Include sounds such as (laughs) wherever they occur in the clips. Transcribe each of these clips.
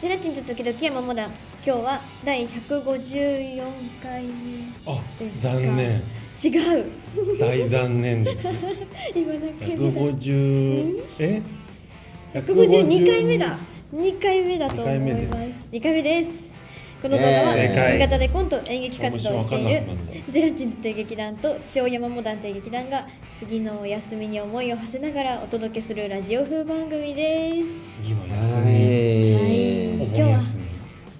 時々山モダン今日は第154回目あですか残念違う (laughs) 大残念です言わなきゃいけない150え152回目だ2回目だと二思回目いですます2回目ですこの動画はえー正解新潟でコント演劇活動をしてい面白いわかんなくなる (laughs) ゼラチンズという劇団と塩山モダンという劇団が次のお休みに思いを馳せながらお届けするラジオ風番組です次の休はみいいお今盆日は休み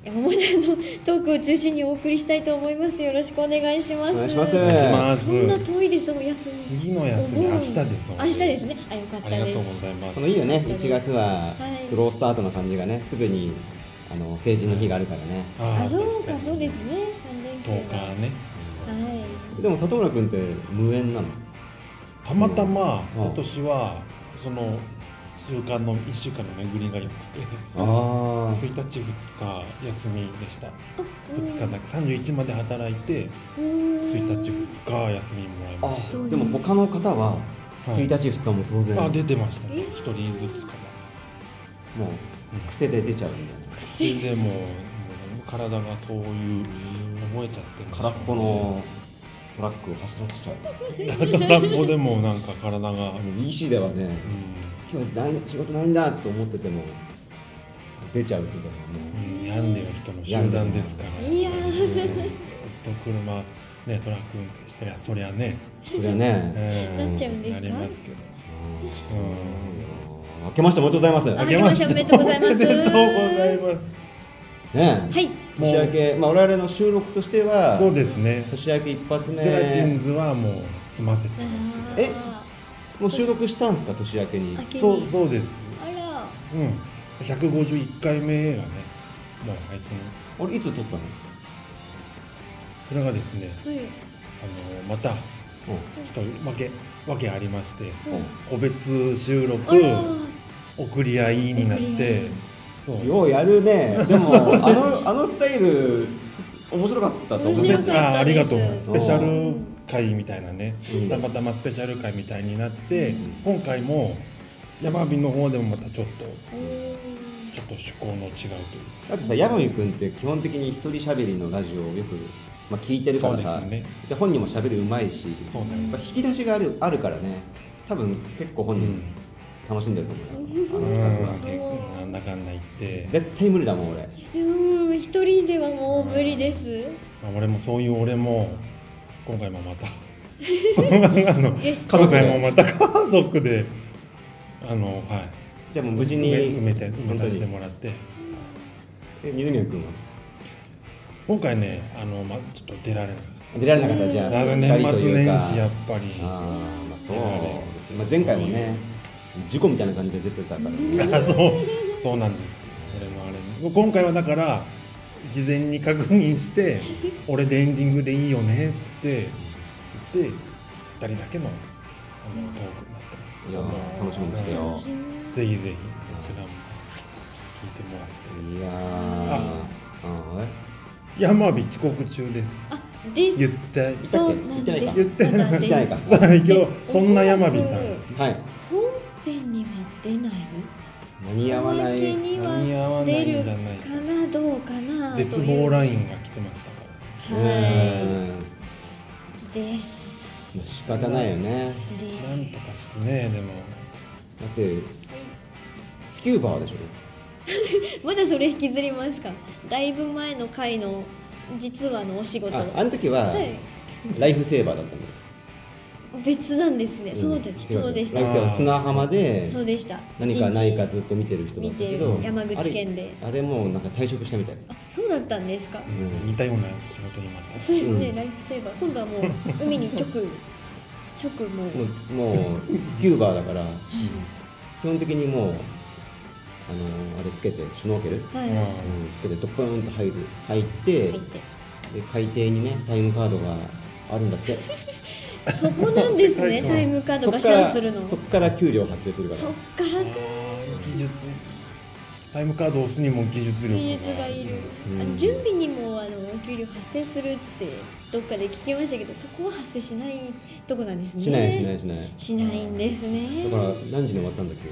山モダンのトークを中心にお送りしたいと思いますよろしくお願いしますお願いしますお願いそしんまなす遠いですお休み次の休みお盆明日です明日ですねあよかったありがとでうごすざいますこのいいよね1月ははいスロースタートの感じがねすぐにあの政治の日があるからねああそう確かにそうですね三連休10日はねはいでも里村君って無縁なのたまたまうん今年はその週間の1週間の巡りが良くてあ1日2日休みでしたうん2日だけ31まで働いて1 1日2日休みもらいましあでも他の方ははい1日2日も当然たあも出てましたねえ1人ずつかう癖で出ちゃうんだよなそれでもうもう体がそういう覚えちゃってるんでしょ空っぽのトラックを走らせちゃう空っぽでもなんか体が、うんあの EC ではね今日ない仕事ないんだと思ってても出ちゃうみたいなうもん、病んでる人の集団ですからいやうんずっと車ねトラック運転してりゃそりゃね、うそりゃねうんなっちゃうんですかなりますけどあけましておめでとうございますあね明けましておめでとうございますおめでとうございますえはい年明けまあ我々の収録としてはそうですね年明け一発目ゼラチンズはもう済ませてますけえもう収録したんですか年明けにあけどにそうそうですあらうん151回目がねもう配信あれいつ撮ったのそれがですねはいあのまたうちょっとわけわけありましてうん個別収録あら送り合いになっ送り合ていそうんようやるねでもあのあのスタイル面白かったと特思面う白別かったですあありがとうございますスうんペシャル会みたいなね、うんたまたまスペシャル会みたいになって、うん今回も山火の方でもまたちょっとうーんちょっと趣向の違うというだってさ山見君って基本的に一人喋りのラジオをよく、まあ、聞いてるからそうさですねで本人も喋りうまいし、そうねまあ、引き出しがあるあるからね多分結構本う人ん楽しんでると思ううよ、あの企画んは結構なんだかんだ言って、絶対無理だもん俺うーん一人ではもう無理ですまあ、俺もそういう俺も今回もま (laughs) たあのゲスト今回もまた家族であのはいじゃあもう無事に埋め埋めて埋めさせて本もらって当にえ二宮君は今回ねあの、ま、ちょっと出られなかっ出られなかったじゃただあから二年人と末いうか年始やっぱりあーまあそうですね、まあ、前回もね事故みたいな感じで出てたからねあそうそうなんですよ俺もあれ今回はだから事前に確認して「俺でエンディングでいいよね」っつってで2人だけのあのトークになってますけいやどもー楽しみにしてよぜひぜひそちらも聞いてもらっていやーあうんえ山火遅刻中ですあで言っすて (laughs) そうなんです言ってないそう言ってないかんです今日そんな山火さんですはい本編には出ない間に合わない公には間に合わない出んるじゃかないなどうかな絶望ライインが来てましたからうはんまいであす仕方ないよねでなんとかしてねでもだってスキューバーでしょまだそれ引きずりますかだいぶ前の回の実はのお仕事ああの時ははいライフセーバーだったのよ別なんですね、そうです違そうでしライたフセーバー砂浜でそうでした何かないか一日ずっと見てる人だったけど見てる山口県であれあれもうなんか退職したみたいあそうだったんですか、ん似たような仕事にまたそうですね、うんライフセーバー今度はもう海に直 (laughs) 直もうもうも (laughs) うスキューバーだから基本的にもうあのあれつけてシュノーケル、はい、うん入うんつけてドッポーンと入る入ってってで海底にねタイムカードがあるん (laughs) だってそこなんですね世界 (laughs) 観タイムカードそがっシかャらンするのそそっから給料発生するかっからあかー技術タイムカードを押すにも技術力が技術がいる、うんあの準備にもあのお給料発生するってどっかで聞きましたけどそこは発生しないとこなんですらねしないしないしないしないんですねだから何時に終わったんだっけ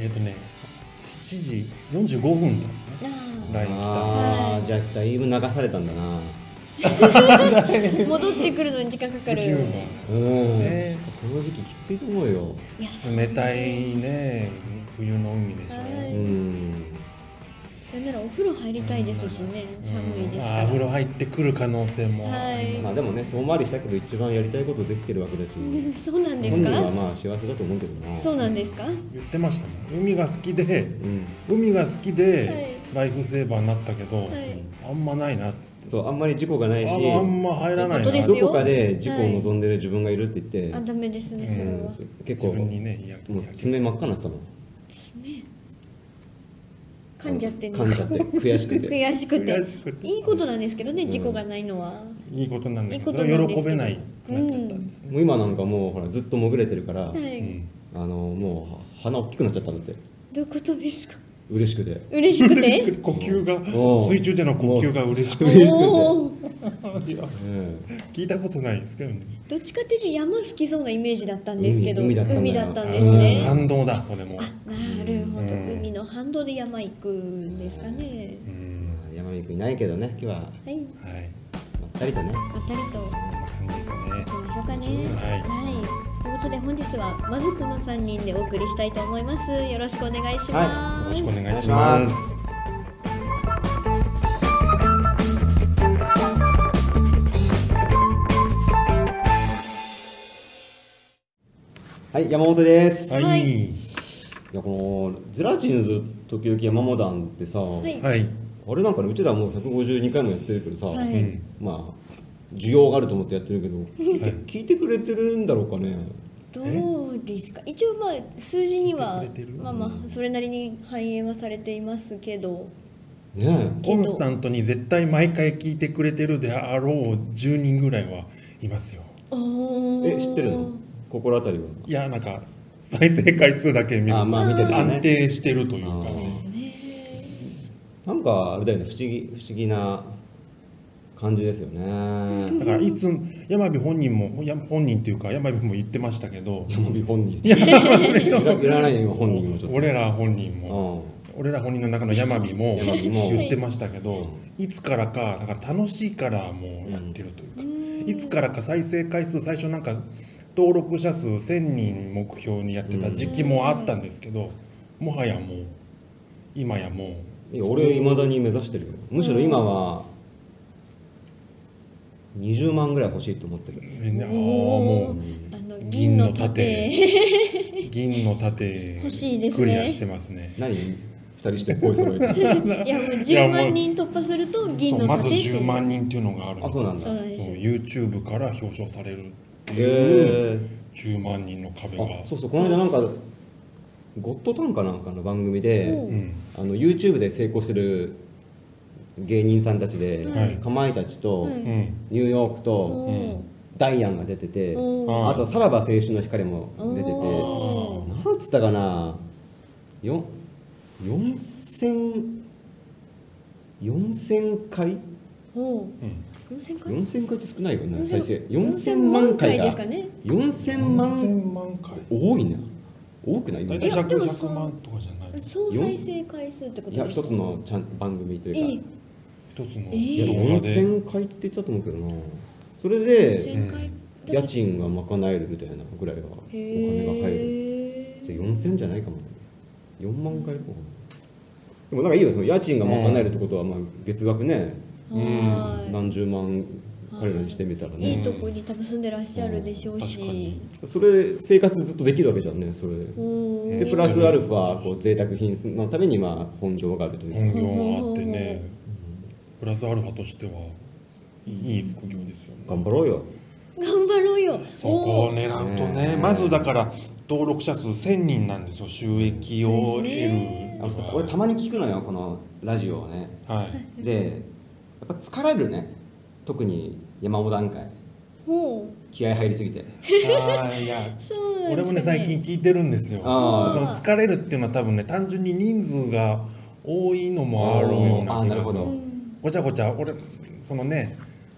えっ、ー、とね7時45分だもんねあー LINE 来たのあはあいじゃあだいぶ流されたんだな戻ってくるのに時間かかスキるューんでうん、ねこの時期きついと思うよいやバ冷たいね冬の海でしょ、はいうんなんならお風呂入りたいですしね、寒いですかあら。ー風呂入ってくる可能性もありままあす、でもね遠回りしたけど一番やりたいことできてるわけだしうんそうなんです本人はか。まあ幸せだと思うけどなそうなんですか。言ってましたもん海が好きでうん海が好きでライフセーバーになったけど、はいあんまないなっつってそうあんまり事故がないしあのあんま入らない本当でなすよどこかで事故を望んでる自分がいるって言って、あ、ダメですね、それうんは。そう結自構分にね嫌もう爪真っ赤になってたもん噛んじゃってね。噛んじゃって悔しく (laughs) て悔しくて悔しくていいことなんですけどね、事故がないのは。いいことなんだいいけこどとそなんれですけどは喜べないくなっちゃったんですね、もう今なんかもうほらずっと潜れてるから、はうい。んあのもう鼻大きくなっちゃったんだってどういうことですか。嬉しくて嬉しく嬉しくて。て呼吸がうん水中での呼吸が嬉しくて嬉しくておーいやうん聞いたことないですけどねどっちかっていうと山好きそうなイメージだったんですけど、海海だったんだよだったんですね。反動だそれもなるほど、うん海の反動で山行くんですかね。うん山見くいないけどね今日ははい、はいまったりとねまったりと。こんな感じですね行きましょうかね。はいはい。ということで本日はまずこの三人でお送りしたいと思います。よろしくお願いします。はよろしくお願いしお願まいしますはい山本です、はいい、はいいやこのゼラチンズ時々山モダンってさ、いあれなんかねうちらもう152回もやってるけどさ、はういん、まあ需要があると思ってやってるけど聞いて,、聞いてくれてるんだろうかねどうですか。一応まあ数字には聞いてくれてるまあまあそれなりに反映はされていますけど、ねコンスタントに絶対毎回聞いてくれてるであろう10人ぐらいはいますよおええ知ってるの心当たりはいやなんか再生回数だけ見るあと、まあ見てるよね安定してるというかあーですね。なんかあれだよね不思議不思議な感じですよね (laughs) だからいつ山火本人もや本人というか山火も言ってましたけど山火 (laughs) 本人いやいらないよ今本人もちょっ俺ら本人もと俺ら本人の中の山火も山火も言ってましたけどいつからかだから楽しいからもうやってるというかいつからか再生回数最初なんか登録者数1000人目標にやってた時期もあったんですけどもはやもう今やもううんいや俺いまだに目指してるよむしろ今は20万ぐらい欲しいと思ってるみんなあーおもーうあの銀銀のの盾。盾 (laughs) 銀の盾欲しいですねクリアしてますね何二人して声揃え (laughs) ていやもういや10もう万人突破すると銀そうのま盾ずっていう。 10万人っていうのがあるあそうなんだそうなんそうです。 YouTube から表彰されるっていうへえ10万人の壁があそうそうこの間なんか「ゴッドタン」かなんかの番組で、うんうんあの YouTube で成功してる芸人さんたちで、はいかまいたちと、はいうんニューヨークおとおダイアンが出てて、おーあとさらば青春の光も出てて、おなんつったかな、よ4000 4000回おおうん4000回。 4000回って少ないよね4000再生4000万回でだすかね。 4000万1000万回多いな多くない大今体やでもそ 100, う万とかじゃない総再生回数ってこといや一つのちゃん番組というか、一つのええいや動画で、 4000回って言ってたと思うけどなそれで1000回家賃が賄えるみたいなぐらいはお金が入るへじゃあ4000じゃないかもね4万回とかかなでもなんかいいよその家賃が賄えるってことはまあ月額ね、ーは何十万彼らにしてみたらいいいねとこに多分住んでらっしゃるでしょう確かしにそれ生活ずっとできるわけじゃんねそれでおーでプラスアルファこう贅沢品のためにまあ本業があるという、本業があってねプラスアルファとしてはいい副業ですよね頑張ろうよ頑張ろうよそこを狙うとねねまずだから登録者数1000人なんですよ収益を得ですねるあのさ俺たまに聞くのよこのラジオをね (laughs) はいでやっぱ疲れるね特に山尾段階おおー気合入りす (laughs) ぎてあーいやそうなんですね俺もね最近聞いてるんですよそあーの疲れるっていうのは多分ね単純に人数が多いのもあるようなあー気なるがほするどごちゃごちゃ俺そのね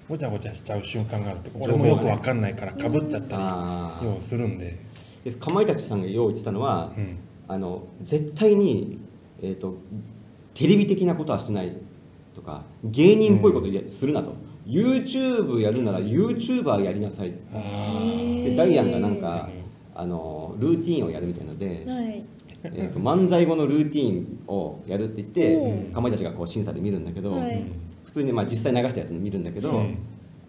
ごちゃごちゃしちゃう瞬間があるって俺情報もがねよくわかんないからかぶっちゃったありあようするんででかまいたちさんがよう言ってたのは、うんあの絶対に、ええー、とテレビ的なことはしないとか芸人っぽいことやするなと、YouTube やるなら YouTuber やりなさいあでダイアンがなんか、あのルーティンをやるみたいので、はいえー、と漫才後のルーティンをやるって言って、うかまいたちがこう審査で見るんだけど、はい普通にまあ実際流したやつ見るんだけど、うん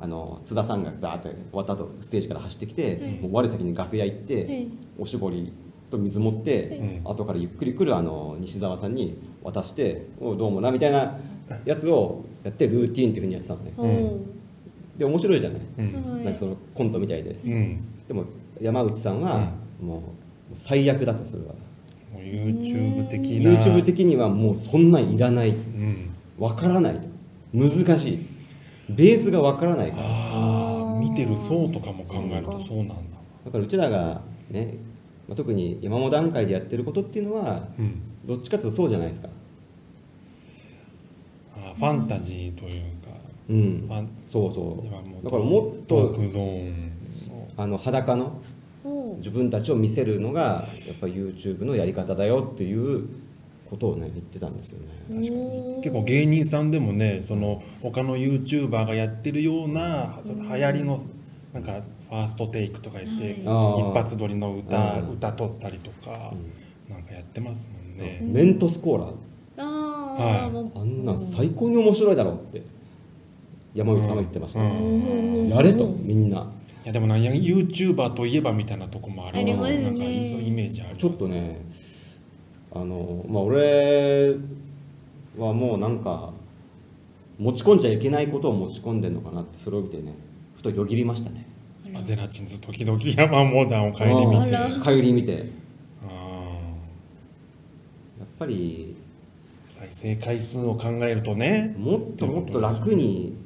あの津田さんがガーって終わった後ステージから走ってきて、はいもう我先に楽屋行って、はいおしぼりと水持って、後からゆっくり来るあの西澤さんに渡して「おうどうもな」みたいなやつをやってルーティーンっていうふうにやってたのねおーで面白いじゃない、ーうんはいなんかそのコントみたいでうん、でも山内さんはもう最悪だとそれはもう YouTube 的な YouTube 的にはもうそんなんいらないうんわからないと難しいベースがわからないからああ見てる層とかも考えるとそうなんだだからうちらがね、まあ、特に山本段階でやってることっていうのはうんどっちかというとそうじゃないですかあーファンタジーというかうんファンそうそ今もううだからもっトーとクゾーンあの裸のおー自分たちを見せるのがやっぱ YouTube のやり方だよっていうことをね言ってたんですよね確かおにー結構芸人さんでもねその他の YouTuber がやってるようなその流行りのなんかファーストテイクとか言ってあー一発撮りの歌うん歌取ったりとかなんかやってますもんねメントスコーラあはあいもうあんなん最高に面白いだろうって山口さんは言ってましたね、ううんんやれとみんないやでもなんや YouTuber といえばみたいなとこもありますありますねなんかいいそうイメージあるちょっとねあのまあ俺はもうなんか持ち込んじゃいけないことを持ち込んでんのかなってそれを見てねふとよぎりましたねあゼラチンズ時々山モダンを帰り見てああら帰り見てやっーぱり再生回数を考えるとねもっともっと楽に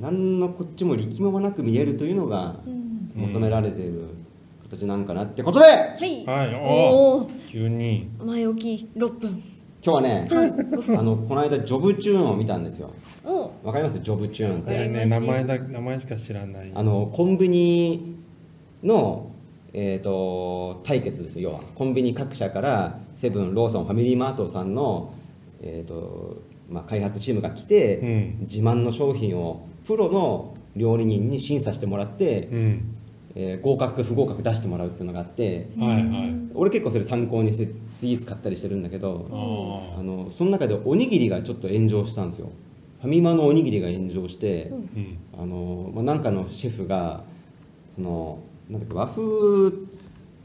何のこっちも力まなく見えるというのがうん求められている形なんかなってことではいはいおおー急にお前置き6分今日はねあのこの間ジョブチューンを見たんですよおーわかりますジョブチューいンっわかやりてまねす名前だ名前しか知らないあのコンビニのえー、と対決ですよ要はコンビニ各社からセブンローソンファミリーマートさんの、えーとまあ、開発チームが来て、うん自慢の商品をプロの料理人に審査してもらって、うんえー合格か不合格出してもらうっていうのがあってはいはい俺結構それ参考にしてスイーツ買ったりしてるんだけどああのその中でおにぎりがちょっと炎上したんですよファミマのおにぎりが炎上して、うんーうんあのまあ、なんかのシェフがそのなんだっけ和風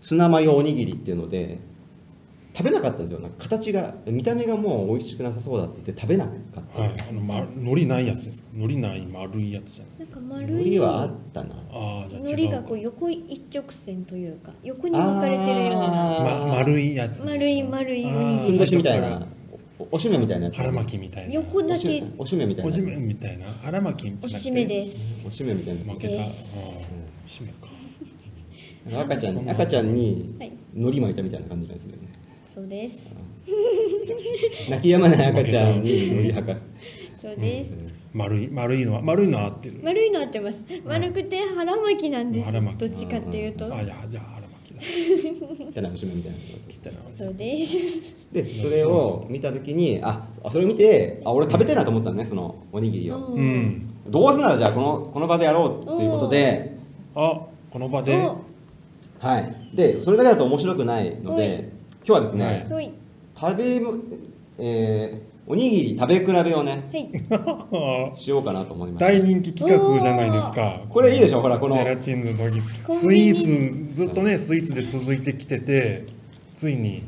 ツナマヨおにぎりっていうので食べなかったんですよなんか形が見た目がもう美味しくなさそうだって言って食べなかったはいあのま海苔ないやつですか海苔ない丸いやつじゃなないんか丸海い苔はあったなああじゃあの違りうがかこう横一直線というか横に分かれてるようなま丸いやつ丸い丸いおにあぎーふんどしみたい最初なおおしめみたいなやつ腹巻きみたいりな横だけおしめみたいおなしめみたいな腹巻きみたおいなしめですおしめみたいな負けたあでーすおしめか赤ちゃそんんな赤ちゃんにはい海苔巻いたみたいな感じなんですよねそうです泣き止まない赤ちゃんに海苔吐かすそうです、丸い丸いのは丸いのは合ってる丸いの合ってます丸くて腹巻きなんです腹巻きどっちかっていうとあじゃあじゃあ腹巻きだみたいなおしめみたいな切ったらそうですでそれを見た時にああそれを見てあ俺食べてえなと思ったのねそのおにぎりをおうんどうせならじゃあこのこの場でやろうということであこの場でおはいでそれだけだと面白くないので今日はですねはい食べむえーおにぎり食べ比べをねはいしようかなと思います大人気企画じゃないですかこれいいでしょほらこのゼラチンズのコン時ビニスイーツずっとねスイーツで続いてきててついに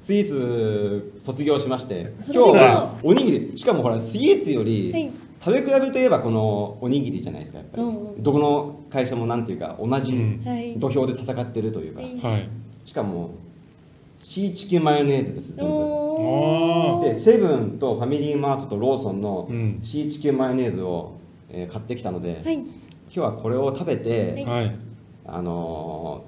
スイーツ卒業しまして卒今業日はおにぎりしかもほらスイーツよはいり食べ比べといえばこのおにぎりじゃないですかやっぱり、うんうんどこの会社もなんていうか同うじんはい土俵で戦ってるというか、うんはいしかもシーチキンマヨネーズです全部おでセブンとファミリーマートとローソンのうんシーチキンマヨネーズを、えー買ってきたので、はい今日はこれを食べて、はいはいあの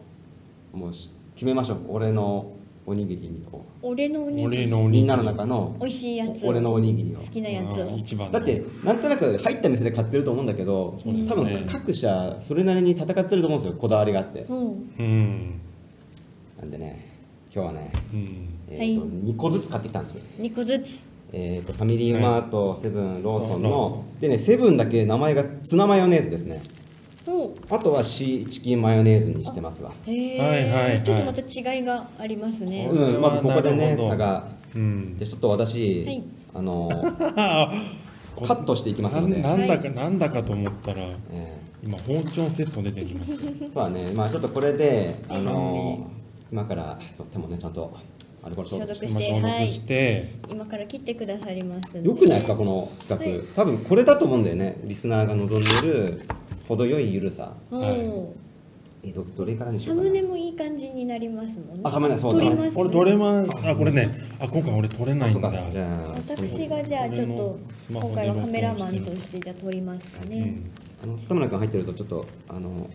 ーもうし決めましょう俺のおにぎりにこ俺のおにぎ俺りのおうにぎりみんなの中の美味しいやつ俺のおにぎりを好きなやつうんを一番のだってなんとなく入った店で買ってると思うんだけど、そうです多ね分各社それなりに戦ってると思うんですよこだわりがあってうんうんなんでね今日はね、うんえはいー、と2個ずつ買ってきたんですよ2個ずつえー、とファミリーマート、セブンローソンローソのでねセブンだけ名前がツナマヨネーズですねおうあとはシーチキンマヨネーズにしてますわ、へえ、はいはいはいちょっとまた違いがありますねこれうはん、まずここでなねるほど差がうんでちょっと私、はい (laughs) あのこカットしていきますので、なんなんだか、なんだかと思ったらえ今包丁セット出てきましたーそうだねまあちょっとこれであの今からちょっと手もねちゃんとアルコール消消毒毒しし今て消は毒いして、今から切ってくださりますよくないですかこの企画、はい多分これだと思うんだよねリスナーが望んでる程よいゆるさおはいおえどどれからにしサようかムなネもいい感じになりますもんねあサムネそうだね撮ります俺取れますあこれねあ今回俺取れないんだそうかじゃあ私がじゃあちょっと今回はカメラマンとしてじゃあ撮りますかうね、んあの田村君入ってるとちょっとあの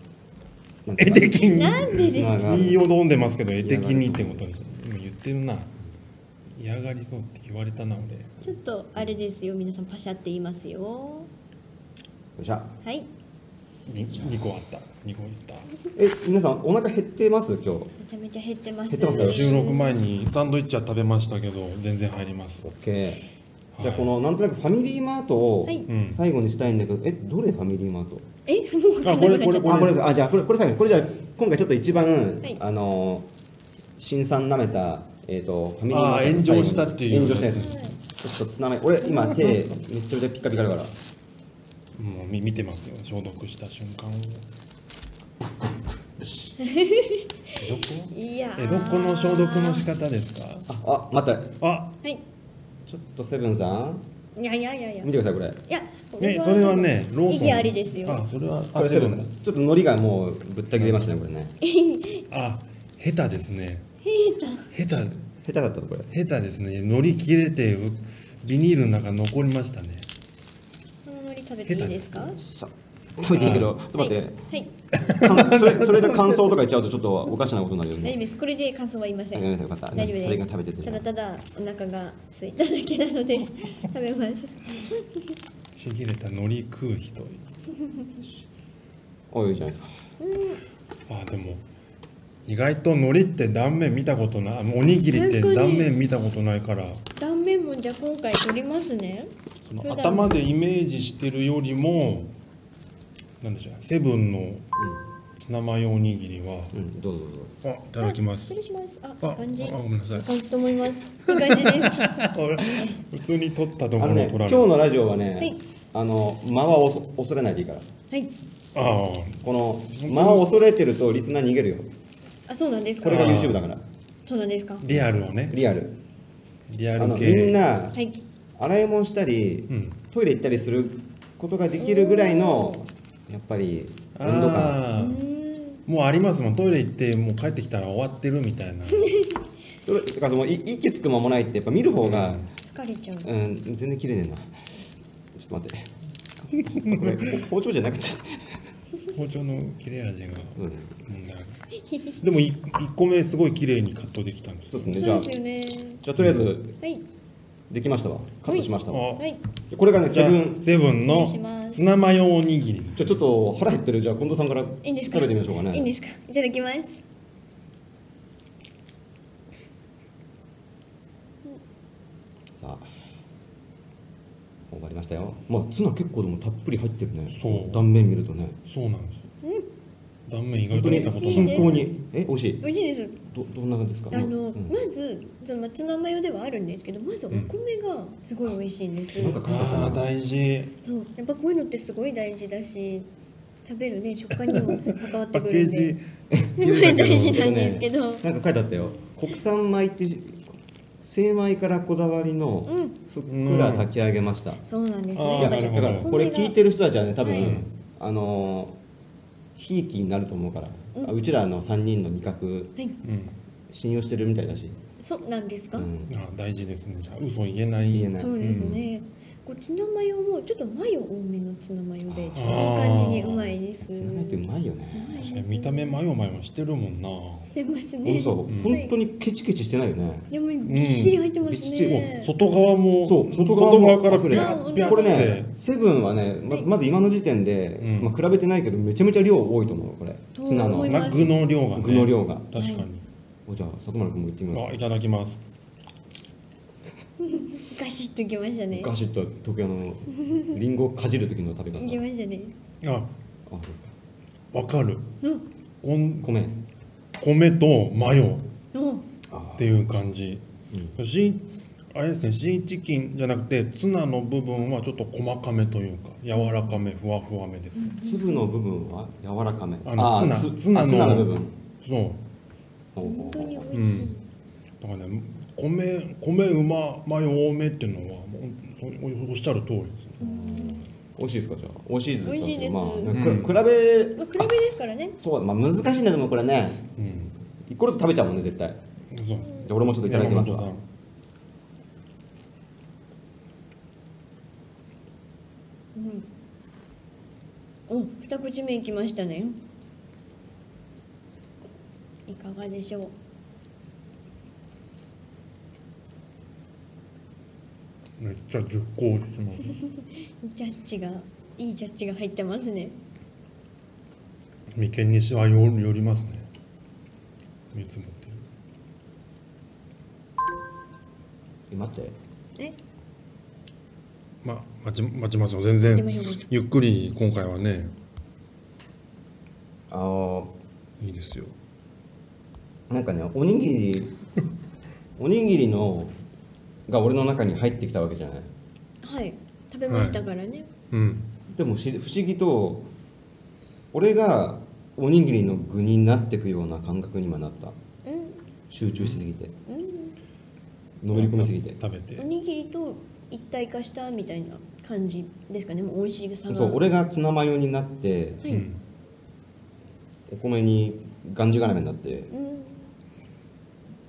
なんてい絵うか的になんでですかな言いよどんでますけど絵的にってことです今言ってるな嫌がりそうって言われたな俺ちょっとあれですよ皆さんパシャって言いますよよっしゃはいに二個あった二個いったえ皆さんお腹減ってます今日めちゃめちゃ減ってます減ってますよ収録前にサンドイッチは食べましたけど全然入りますオッケーじゃはあいこのなんとなくファミリーマートをはいうん最後にしたいんだけどえどれファミリーマートえ (laughs) もう分かんなくなっちゃっこれあこれあじゃあこれこれ最後にこれじゃあ今回ちょっと一番、いあの新さんなめたえっ、とファミリーマートあー炎上したっていう炎上したやつやちょっとつなめ俺今手めっちゃめちゃピッカピカだからもうみ見てますよ消毒した瞬間をたい江戸っ子やー江戸っ子の消毒の仕方ですかああ待ってあはいちょっとセブンさんいやいやいやいや見てくださいこれいやねそれはねローソ意ン義ありですよあそれはこれセブンさんちょっと海苔がもうぶっちゃけ出ましたねこれねあ下手ですね下手下手だったのこれ下手ですね乗り切れてうビニールの中残りましたねこの海苔食べていいですかさ食べていいけどちょっと待っはて、い、はい、かん (laughs) それそれで感想とか言っちゃうとちょっとおかしなことになるよ大丈ね夫ですこれで感想は言いませんごめんなさいよかった大丈夫ですそれが食べててただただお腹が空いただけなの (laughs) で食べますちぎれた乗り食う人おいいいじゃないですかあでも意外と海苔って断面見たことないあおにぎりって断面見たことないから断面もじゃあ今回取りますねその頭でイメージしてるよりもなんでしょうセブンのツナマヨおにぎりはうんどうぞあどうぞいただきます失礼しますあああ感じごめんなさい (laughs) 感じと思いますいい感じですあ普通に取ったとこあろのにね取られ今日るのラジオはね、はいあの間はおそ恐れないでいいからはいああこの間を恐れてるとリスナー逃げるよあそうなんですかこれがあー YouTube だからそうなんですかはリアルをねリアルリアあルの系みんないう洗い物したり、うんトイレ行ったりすることができるぐらいのやっぱり温度感あーーんもうありますもんトイレ行ってもう帰ってきたら終わってるみたいな (laughs) それだからそのい息つく間もないってやっぱ見る方が、疲れちゃううん、全然綺麗ねえな。ちょっと待って。これ包丁じゃなくて。包丁の切れ味がそうだね問題あるでもい1個目すごい綺麗にカットできたんですそようですね。じそゃうあ、ですじよねゃあとりあえずはいできましたわ。カットしましたわ。あはいこれがね、じゃセあブン。セブンの失礼しますツナマヨおにぎりじゃあちょっと腹減ってる。じゃあ近藤さんからいいんですか食べてみましょうかね。いいんですかいただきますさあ。終わりましたよ。まあツナ結構でもたっぷり入ってるね。そう断面見るとね。そうなんですよ断面意本外当とに見たことないい均です衡に。え、美味しい。美味しいですどどんな感じですか。あの、うんまずそのツナマヨではあるんですけどまずお米がすごい美味しいんです、なんか書いてあったなああ大事そうやっぱこういうのってすごい大事だし食べるね食感にも (laughs) 関わってパッくケるーんでジすごい大事なんですけど、なんか書いてあったよ国産米って精米からこだわりのうんふっくら炊き上げました、そうなんですあねーいややっぱりなだるほからどこれ聞いてる人たちはね多分、はいあのーひいきになると思うから、うちらの3人の味覚はいうん信用してるみたいだし、そうなんですか、うんあー大事ですねじゃあ嘘言えない言えないそうですね、こうツナマヨもちょっとマヨ多めのツナマヨでいいあー感じにうまいですつながってうまいよね確かに見た目マヨマヨしてるもんなしてますこねのさ、本当ににケチケチしてないよねでもぎっしり入ってまぎすっしりねも、外側もそう外外側も側から溢ビれャてッるビャッこれつってねセブンはねまずまず今の時点で、うんまあ、比べてないけどめちゃめちゃ量多いと思うこれとツナの思いますな具の量がね具の量が確かにこおじゃあ佐久間君も行ってみますあいただきますガシッといきましたねガシッと時計のリンゴをかじる時の (laughs) 食べ方いきましたねああそうですかわかるうんこん米米とマヨうんあっていう感じうんシーあれですねシーチキンじゃなくてツナの部分はちょっと細かめというか柔らかめふわふわめですね、粒の部分は柔らかめあのーツナつツナのあツナの部分そうほうほ本う当ほうに美味しい、だからね米米うまマヨ多めっていうのはもうそうおおっしゃる通りですね美味しいですかじゃあ美味しいですか美味しいですまあうんく比べまあ、比べですからねそうまあ難しいんだでもこれねうん一個ずつ食べちゃうもんね絶対そうじゃあ俺もちょっといただきますわ山本うん、うん、二口目いきましたねいかがでしょうさんめっちゃ熟考してますジャッジがいいジャッジが入ってますね眉間にしわよ寄りますねいつもっていうえ待ってえまあ待ち待ちますよ全待ちましょう待然ちましょうゆっくり今回はねあのいいですよなんかねおに (laughs) ぎりおにぎりのが俺の中に入ってきたわけじゃないはい食べましたからね、うんでもし不思議と俺がおにぎりの具になってくような感覚に今なったう集中しすぎてんうんのめり込みすぎて食べておにぎりと一体化したみたいな感じですかねもう美味しさがそう俺がツナマヨになってはうい、んお米にがんじがらめになってうん、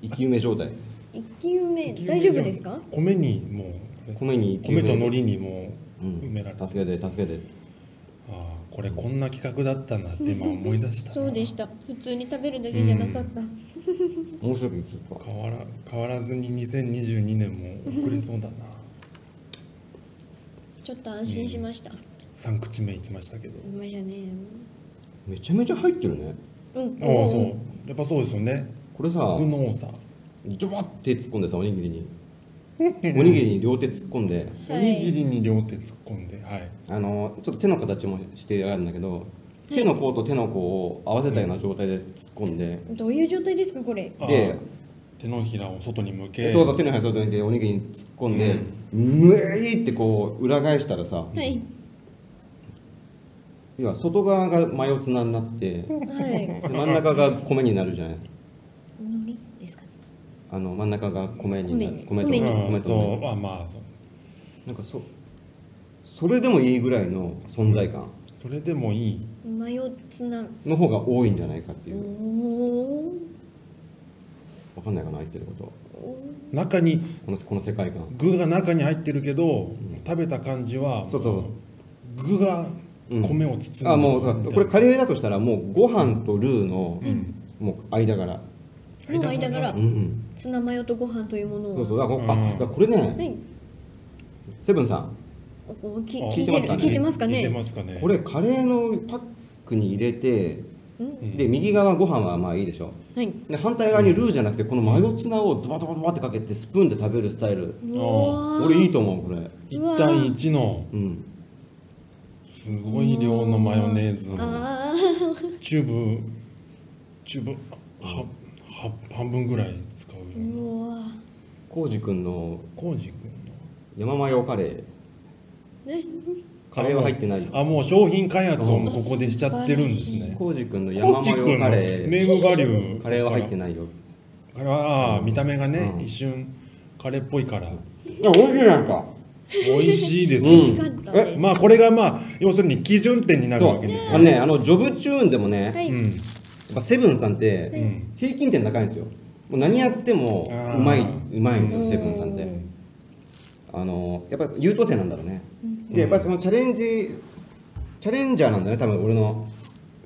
生き埋め状態一球目大丈夫ですか米にもう米に生き埋米めと海苔にもううん埋められた、助けて助けてああこれこんな企画だったんだって今思い出した (laughs) なそうでした普通に食べるだけじゃなかった、面白くずっと変わら変わらずに2022年も遅れそうだなちょっと安心しました、 3口目いきましたけどうまいよねめちゃめちゃ入ってるねうんああそうやっぱそうですよねこれさ具の多さジョバッて突っ込んでさおにぎりにおにぎりに両手突っ込んでおにぎりに両手突っ込んではいあのちょっと手の形もしてあるんだけど手の甲と手の甲を合わせたような状態で突っ込んで、どういう状態ですかこれああで手のひらを外に向けそうそう手のひらそうやっておにぎりに突っ込んで「むえい!」ってこう裏返したらさはい要は外側がマヨツナになってではい真ん中が米になるじゃないのりですかねあの真ん中が米になる米米にと米米にああとそ米うああまあそうなんかそそれでもいいぐらいの存在感それでもいいマヨツナの方が多いんじゃないかっておいうーわかんないかな言ってることおー中にこのこの世界観具が中に入ってるけど、食べた感じはそうそう具が米を包んでるあもうだからこれカレーだとしたらもうご飯とルーのんもう間柄もう間柄ううんツナマヨとご飯というものをそうそうだからこうんあだからこれはねいセブンさんおおきあ聞い聞ていてまするかね聞いてますか聞いねてますかねこれカレーのパックに入れてうんんで右側ご飯はまあいいでしょはいで反対側にルーじゃなくてこのマヨツナをドバドバドバってかけてスプーンで食べるスタイルうわー俺いいと思うこれうわ1対1のうんすごい量のマヨネーズのあーチューブチューブはは半分ぐらい使うようなうわ浩司君のコージ君山マヨカレーねカレーは入ってないのあもう商品開発をここでしちゃってるんですね浩司君のコ山ーマジ君ヨのカネレーームバリューカレーは入っていないよあれはあー見た目がね、うん一瞬カレーっぽいからあ美味しいやんか美味しいです、美味しかったです、まあこれがまあ要するに基準点になるそわうけですあよのねあのジョブチューンでもね、はやっい、うんぱセブンさんっはていうん平均点高いんですよもう何やってもあーうまいうまいんですうよんセブンさんってうんあのやっぱ優等生なんだろうねうんでやっぱそのチャレンジチャレンジャーなんだね多分俺の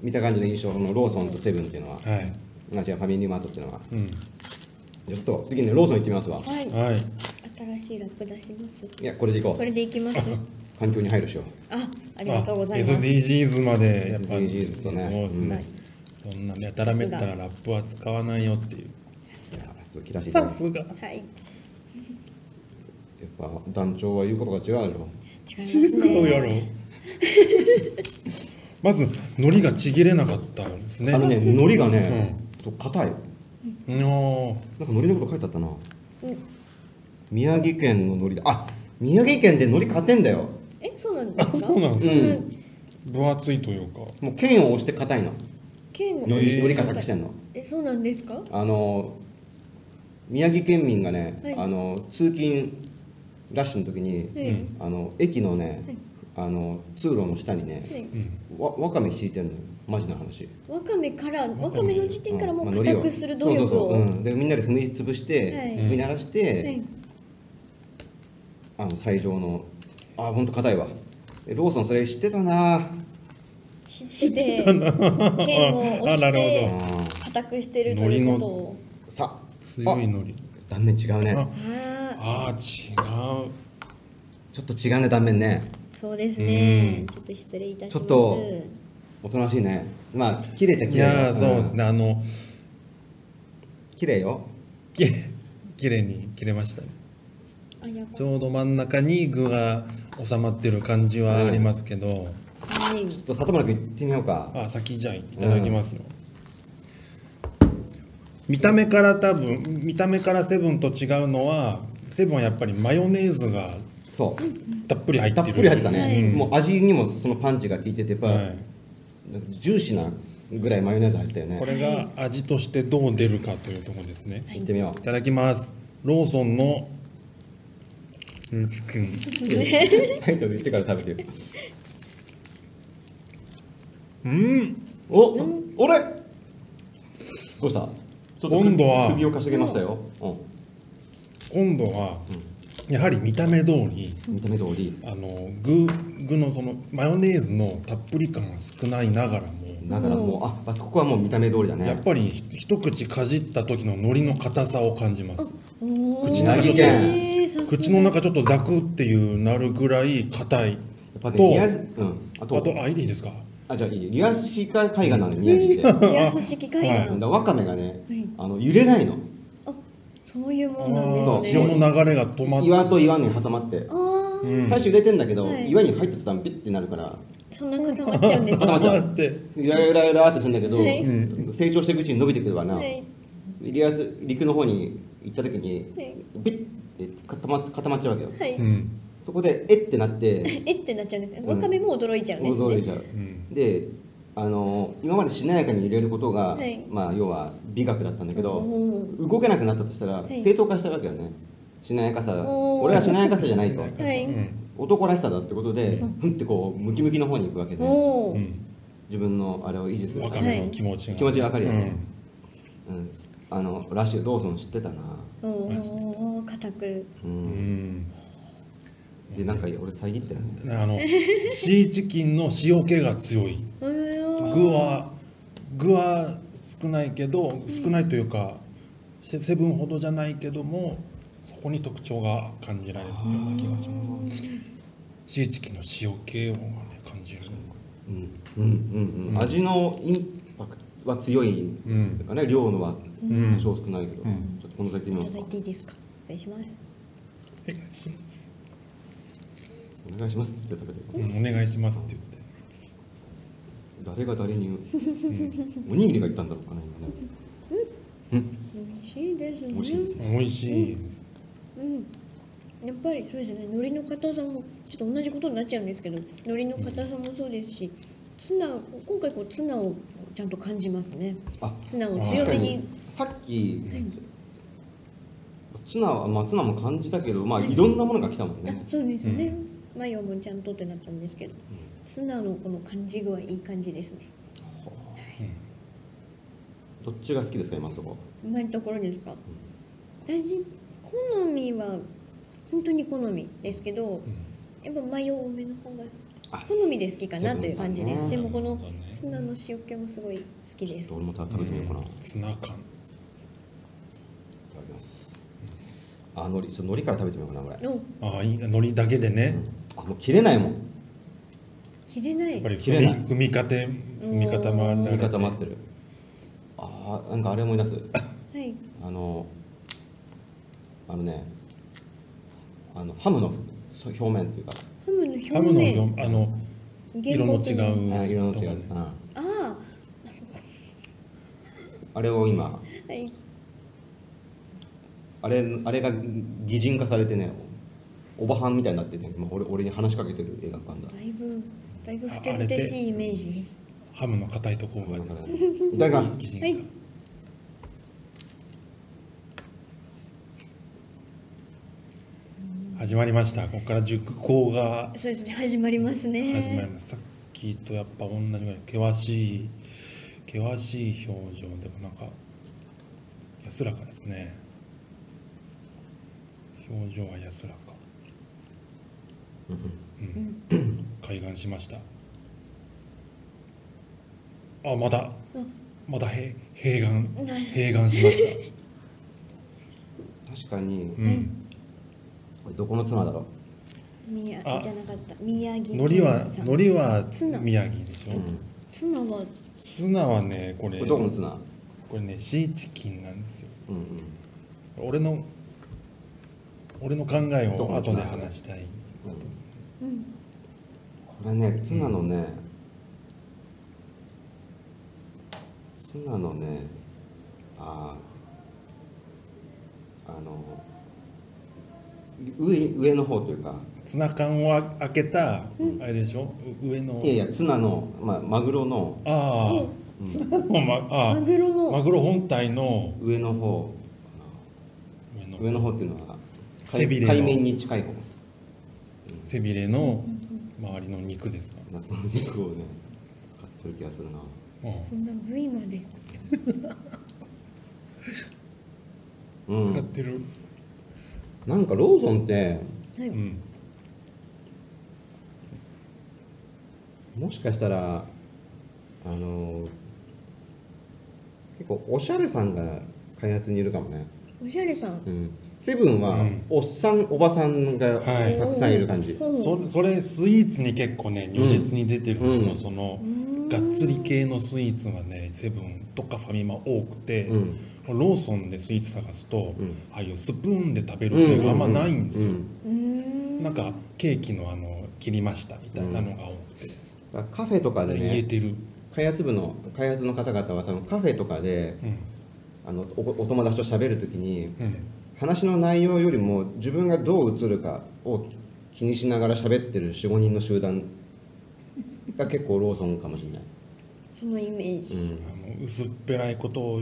見た感じの印象そのローソンとセブンっていうのははい、あ違うファミリーマートっていうのはうちょっと次ねローソン行ってみますわはいん、はい新しいラップ出しますいやこれで行ここうれでいきます環境に配慮しよあありがとうございまあす SDGs までやっぱ SDGs とねそうですね、そんなねやたらめったさらラップは使わないよっていはういやちょっと切らせていたださきますすがはいやっぱ団長は言うことが違うでしょ違います違うやね (laughs) ろまず海苔がちぎれなかったんですねあのね海苔がねうそう硬いなんかうんおー海苔のこと書いてあったな宮城県の海苔だあ宮城県で海苔買ってんだよえそうなんであすかそうなんですうか、ん分厚いというかもう県を押して硬いの県海苔海苔硬くしてんのえそうなんですかあの宮城県民がね、はいあの通勤ラッシュの時に、ええあの駅のね、あの通路の下にね、はいわわかめ敷いてんのよマジな話わかめからわかめの時点からもまうあ海苔固をくする努力そうそうをそう、うん、でみんなで踏み潰して、はい踏み鳴らしはいて、あの最上のあほんと硬いわえローソンそれ知ってたなあ知ってて剣を押しあなるてほー固くしてるということをさ強い海苔断面違うねああああー違うちょっと違うね断面ねそうですうねんちょっと失礼いたしちまょすっとおとなしいねまあ綺麗じゃい綺麗やーそうですねねあの綺麗よき (laughs) 綺麗に切れましたねあやばちょうど真ん中に具が収まってる感じはありますけど、はいちょっと里村君行ってみようかあ先じゃあいただきますよ、見た目から多分見た目からセブンと違うのはセブンはやっぱりマヨネーズがそうたっぷり入ってたるっぷり入ってたはね、いもう味にもそのパンチが効いててやっぱ、はいなんかジューシーなぐらいマヨネーズ入ってたよねこれが味としてどう出るかというところですね、行ってみよいただきますローソンのうんうんうタイトル言ってから食べて (laughs) ようんお、あれどうしたちょっと今度は首をかしげましたよ、う今度はやはり見た目通りん、見た目通りあの具具のそのマヨネーズのたっぷり感が少ないながらもだからもう、ああそこはもう見た目通りだやねっぱり一口かじった時の海苔の硬さを感じますおー口の中でえーさすが口の中ちょっとザクっていうなるぐらい硬いやっぱとね宮城うんああととあいいですかあじゃあいいリアス式海岸なの宮城ってだかリアス式海は岸いらわかめがね、はいあの揺れないのあそういうあもんなんーですね潮の流れが止まって岩と岩に挟まってああーうん最初揺れてんだけど、はい岩に入った途端ビッてなるからそんな固まっちゃうんです固かまっちゃう待ってゆらゆらゆらってするんだけど、はい成長していくうちに伸びてくるわな、はいリアス陸の方に行った時に、はいビッて固まっ固まっちゃうわけよはいうんそこでえってなってえってなっちゃうんですねうんわかめも驚いちゃうんです驚いねちゃう、んであの今までしなやかに入れることが、はいまあ、要は美学だったんだけどお動けなくなったとしたら、はい正当化したわけよねしなやかさおー俺はしなやかさじゃないとはいうん男らしさだってことでふんってこうムキムキの方に行くわけでおうーん自分のあれを維持するわたかめ、めの気持ちが気持ちわかるよねうんうん、あのラッシュローソン知ってたなおー固くううんんでなんか俺遮ったよねあのシーチキンの塩気が強いうーん具は具は少ないけど少ないというか、セセブンほどじゃないけどもそこに特徴が感じられるような気がしますシーチキンの塩気を、ね、感じるうんうんうんうん味のインパクトは強いうんだからね量のはん多少少ないけど、うんちょっとこの先見いまたすだかいていいですかお願いしますお願いします、お願いしますって食べてるうん、お願いしますって言って誰が誰に言うおにぎりが言ったんだろうかな今ね美味しいですね美味しいですね美味しいです、うんやっぱりそうですね海苔の硬さもちょっと同じことになっちゃうんですけど海苔の硬さもそうですしツナ今回こうツナをちゃんと感じますねあツナをあ強確かめににさっきツナはまあツナも感じたけどまあいろんなものが来たもんあねそうですね、マヨもちゃんとってなったんですけどツナのこの感じ具合いい感じですねどっちが好きですか今のとこ今のところですか私好みは本当に好みですけどやっぱマヨ多めの方があ好みで好きかなという感じです、そうでですねもこのそうだねツナの塩気もすごい好きでちょっすと俺もた食べてみようかな、いツナ感ただきますあのりちょっと海苔から食べてみようかなこれ、おああいい海苔だけでね、あもう切れないもん切れないやっぱり切れない踏み踏み方踏み方もある見方待ってるあーなんかあれ思い出すはいああのあのねあのハムのそう表面というか、ハムの表ハムの面表あの色のう違あう色のとこ違うね、うんあああれを今はいあれあれが擬人化されてねおばはんみたいになってね、まあ、俺俺に話しかけてる映画館だだいぶだいぶふあてあぶれてでしいイメージハムの硬いところがですねいただきます擬人化はい始まりましたここから熟考がそうですね始まりますね始まりますさっきとやっぱ同じぐらい険しい険しい表情でもなんか安らかですね表情は安らか、うん開眼しましたあまたまたへ閉眼閉眼しまし確かに、た、うん、これどこの妻だろ宮あじゃなかった宮城海苔は県産海苔はツナ宮城でしう、うょん、ツナはツナはねこれこれどこのこ妻れねシーチキンなんですようんうん俺の俺の考えどうをかな後で話したいうんこれねツナのね、ツナのねあーあの上上の方というかツナ缶を開けたあれでしょう上のいやいやツナの、まあ、マグロのああ、うんツナのまあマグロのマグロ本体の上の方上の上の方っていうのは海背びれの海面に近い方背びれの周りの肉ですか、夏の肉をね使ってる気がするなうんこんな部位までう使っんてる、なんかローソンってはい、うん、もしかしたらあの結構おしゃれさんが開発にいるかもね、おしゃれさんうん、セブンは、うんおっさんおばさんがはいたくさんいる感じ、ほうそれそれスイーツに結構ね如実に出てるんですよ、うんそのんがっつり系のスイーツがねセブンとかファミマ多くて、うんローソンでスイーツ探すと、うんああいうスプーンで食べる系があんまないんですよ、ううんうーんなんかケーキのあの切りましたみたいなのが多くて、だからカフェとかで言えねてる、開発部の開発の方々は多分カフェとかでうんあのおお友達と喋るときにうん話の内容よりも自分がどう映るかを気にしながら喋ってる45人の集団が結構ローソンかもしれない、そのイメーうジ、ん、あの薄っぺらいことを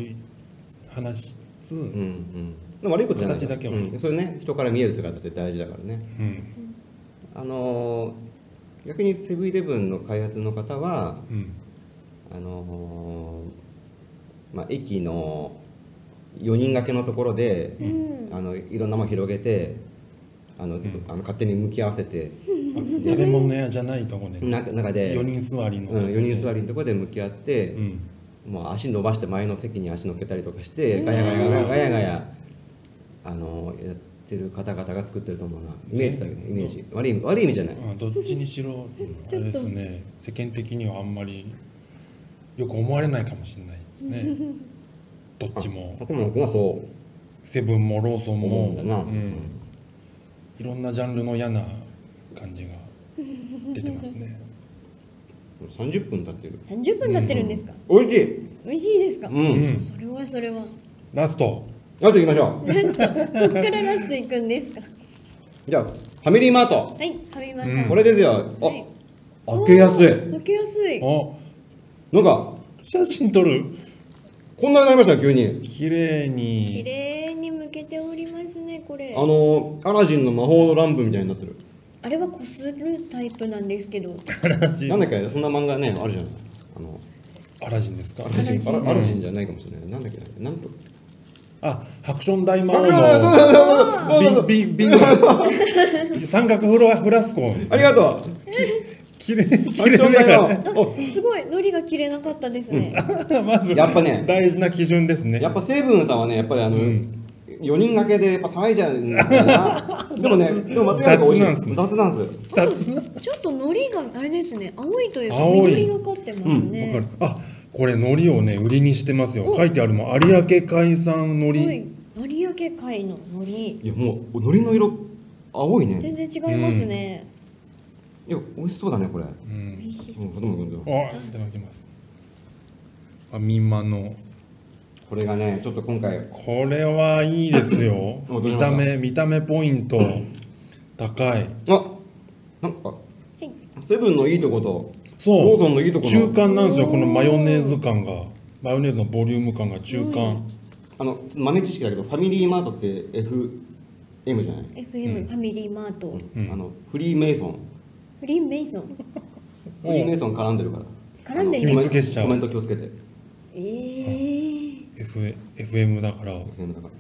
話しつつ、うんうん、でも悪いことじゃない形だけはうん、それね人から見える姿って大事だからねうんあのー逆にセブンイレブンの開発の方はうんあのーまあ、駅の4人掛けのところで、んあのいろんなもの広げてあの、あの勝手に向き合わせてあ食べ物屋じゃないとこで、な中で4人座りの、うん、4人座り、りのところで向き合って、うん、もう足伸ばして前の席に足乗っけたりとかしてガヤガヤガヤガヤガヤあのやってる方々が作ってると思うなイメージだけどねイメージ悪い意味悪い意味じゃないあどっちにしろあれですね世間的にはあんまりよく思われないかもしれないですね (laughs) どっちも僕も僕もそセブンもローソンう思もうんだな、うん、いろんなジャンルの嫌な感じ (laughs) が出てますね30分経ってる30分経ってるんですか、おいしい美味しいですか、うん、うんそれはそれはラストあと行きましょラストこっからラストいくんですかうじゃあファミリーマートはいファミマさん、うんこれですよあ、はい開けやすいおー開けやすいおなんか写真撮るこんなになりましたよ急に綺麗綺に麗に向けておりますねこれあのアラジンの魔法の乱舞みたいになってるあれはこするタイプなんですけどアラジなんンだっけそんな漫画ねあるじゃないあのアラジンですかアラジンアラアラジンじゃないかもしれないなんだっけなんとあハクション大魔王あありがとの (laughs) うビンビンビン三角フロアフラスコですありがとう綺麗アク綺ショ麗ンだだかよ (laughs) おすごいのりが切れなかったですね、らまずやっぱね大事な基準ですねやっぱセブンさんはねやっぱりあの、4人掛けでやっぱ騒いじゃうん (laughs) だなでもねでも間違いなく美味しい雑なんすね雑なんす雑なちょっとのりがあれですね青いというか青い緑がかってますわね、かるあこれ海苔をね売りにしてますよお書いてあるもん有明海産海苔、はい有明海の海苔いやもう海苔の色青いね全然違いますね、いや美味しそうだねこれ、う、うん美味しそうんどうもどうもあ、いただきます。ファミマの。これがねちょっと今回これはいいですよ (laughs) 。おどうし見ましたた目、見た目ポイント。高い。あなんかはいセブンのいいとことそうローソンのいいとこ中の間なんですよ。おーこのマヨネーズ感が。マヨネーズのボリューム感が中間。あの豆知識だけどファミリーマートって FM じゃない、 FM、ファミリーマート、うんあのフリーメイソンフリーメイソンフリーメイソン絡んでるから絡んでる秘密結社コメント気をつけてえー、 F FM だから、 FM だから、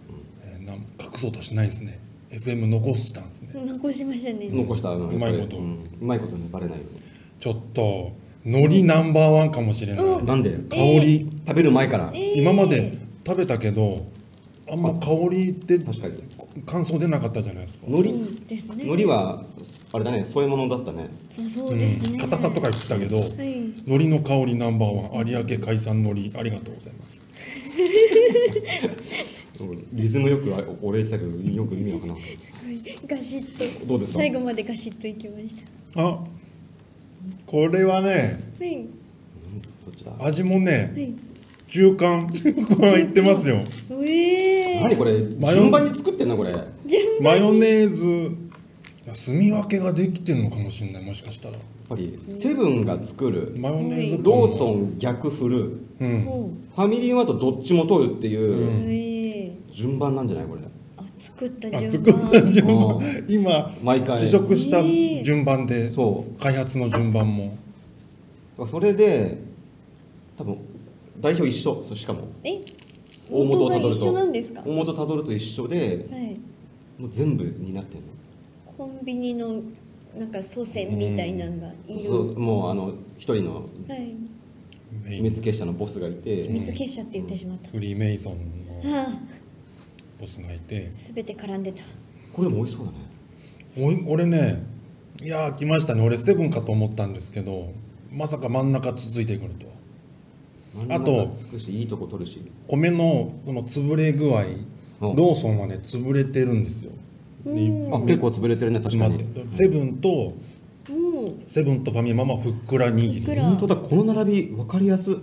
えーなん隠そうとしないんですね。FM 残したんですね。残しましたね、うん、残したあのうまいことやっぱりうんうまいことねバレないようちょっと海苔ナンバーワンかもしれない。おになんで香り、食べる前からえー今まで食べたけど、あんま香りって確かに感想出なかったじゃないですか。海苔そうですね海苔はあれだね添え物だったねあそうですねうん、硬さとか言ってたけど、はい海苔の香りナンバーワン有明海産海苔ありがとうございますうんリズムよくあお俺言ってたけどよく意味わかんなかったすごいガシッとどうですか最後までガシッといきましたあこれはねはいどっちだ味もはねい中間中間いってますようえー何これマヨ順番に作ってんのこれ順マヨネーズいや住み分けができてるのかもしれないもしかしたらやっぱりセブンが作るマヨネーズ感がローソン逆振るフうんもァミリーマートどっちも取るってういううえー順番なんじゃないこれあ作ったあ順作っ番た順う番ん今毎回試食したええ順番でそ開発の順番もうそれで多分代表一緒そうしかもえ大元をたがどる一緒なんですかとは大元たどると一緒でいもう全部になってるコンビニのなんか祖先みたいなのがいる、のそうもうあの一人のはいメ秘イン密結社のボスがいて秘密結社って言ってしまった、フリーメイソンのはあボスがいて全て絡んでたこれでも美味しそうだねおい俺ねいやー来ましたね俺セブンかと思ったんですけどまさか真ん中続いてくるとは真あんと中少しいいとこ取るし米のその潰れ具合ロうんーソンはね潰れてるんですようんにあ結構潰れてるね確詰かまっにてセブンとうんセブンとファミマはふっくら握ふっくりら本当だこの並び分かりやすい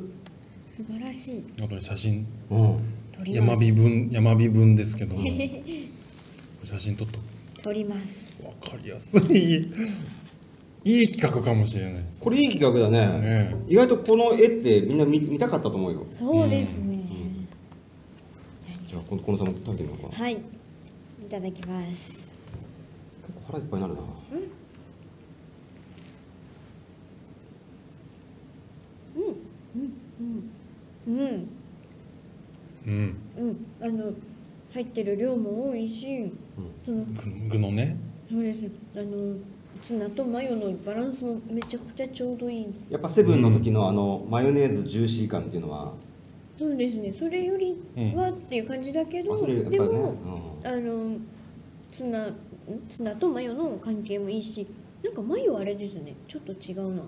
素晴らしいあとね写真うん撮りま山火す分山火分ですけど写真撮っとく撮りますわかりやすい (laughs) いい企画かもしれないですこれいい企画だねね意外とこの絵ってみんな見見たかったと思うよそうですね、じゃあこのこのさんも食べてみようかはいいただきます結構腹いっぱいになるなうんうんうんあの入ってる量も多いしその具具のねそうですあのツナとマヨのバランスもめちゃくちゃちょうどいいやっぱセブンの時のあのマヨネーズジューシー感っていうのはそうですねそれよりはっていう感じだけど、忘れるやっぱでりね、も、うあのツナんツナとマヨの関係もいいしなんかマヨあれですねちょっと違うな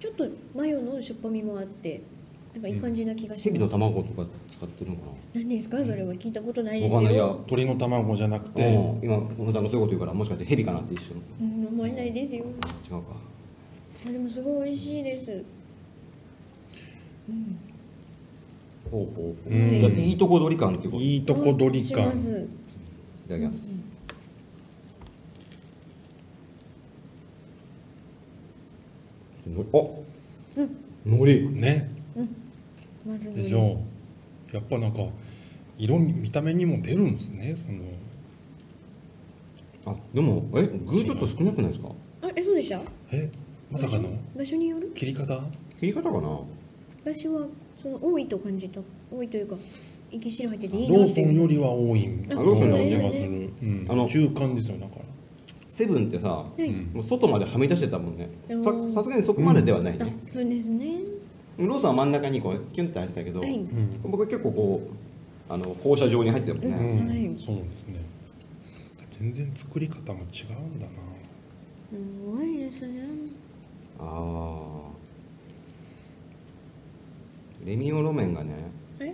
ちょっとマヨのしょっぱみもあってなんかいい感じな気がん、し蛇まのす、卵とか使ってるのかな何ですかそれは聞いたことないでわすかんないいやよ鳥の卵じゃなくてうん今このさんがそういうこと言うからもしかして蛇かなって一瞬うん思えないですよ違うかあでもすごい美味しいですほうほうほう、うんじゃあいいとこ取り感っていうこといいいとこ取りあし感ますただきます、のあ、のりねまずでしょうやっぱなんか色に見た目にも出るんですねそのあでもえ具ちょっと少なくないですかあえそうでしたえまさかの場所による切り方切り方かな私はその多いと感じた多いというか生き汁入ってていいロなっーてソンいうよりは多いんあよローソうンなよ気りがはすねる、うん、あの中間ですよだからセブンってさはい、うんもう外まではみ出してたもんねうんささすがにそこまでではないあね、そうですねローソンは真ん中にこうキュンって入ってたけど、はい、うん、僕は結構こうあの放射状に入ってたもんね、ううんはいそうですね全然作り方も違うんだなすごいですねああレミオロメンがねあれ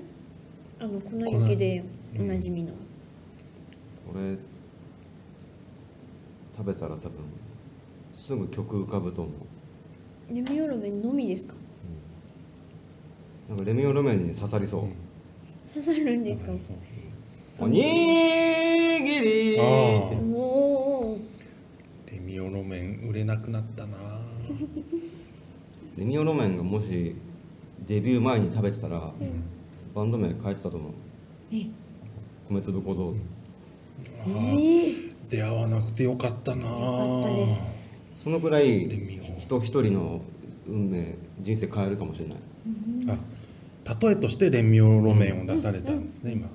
あの粉雪でおなじみの、これ食べたら多分すぐ曲浮かぶと思うレミオロメンのみですかなんかレミオロメンに刺さりそう、刺さるんですかそうおにぎりーってあおーレミオロメン売れなくなったなレミオロメンがもしデビュー前に食べてたら、バンド名変えてたと思うえ米粒小僧えー、出会わなくてよかったなよかったですそのくらいレミオ人一人の運命人生変えるかもしれないあ例えとしてレミオロメンを出されたんですね、今こ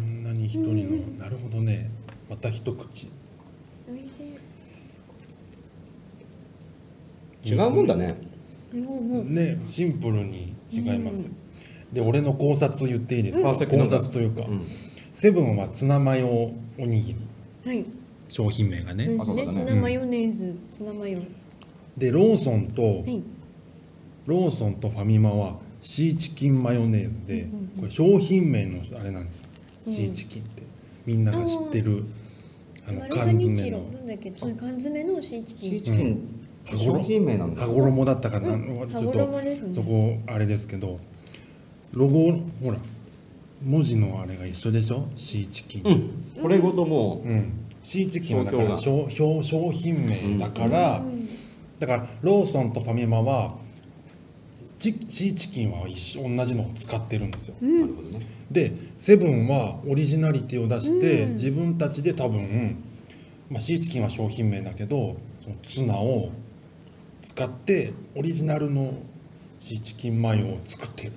んなに一人のなるほどねまた一口おいし違うもんだねいもうもうねシンプルに違いますよ、で俺の考察言っていいですか、うん考察というか、うんセブンはツナマヨおにぎりはい商品名がね、そうであすそねうだねツナマヨネーズ、ツナマヨはでローソンと、いローソンとファミマはシーチキンマヨネーズで、これ商品名のあれなんです、シーチキンってみんなが知ってるあのマルハ缶ニ詰チロのなんだっけそれ缶詰のシーチシキーンチキン、うん商品名なんだ羽衣だったかな、んちょっ羽衣ですとねそこあれですけどロゴほら文字のあれが一緒でしょシーチキン、うんこれごともうんシーチキンはだから商商商商品名だから、だからローソンとファミマはチシーチキンは一緒同じのを使ってるんですよ、う、なるほどねでセブンはオリジナリティを出して、うん自分たちで多分、まあ、シーチキンは商品名だけどそのツナを使ってオリジナルのシーチキンマヨを作ってる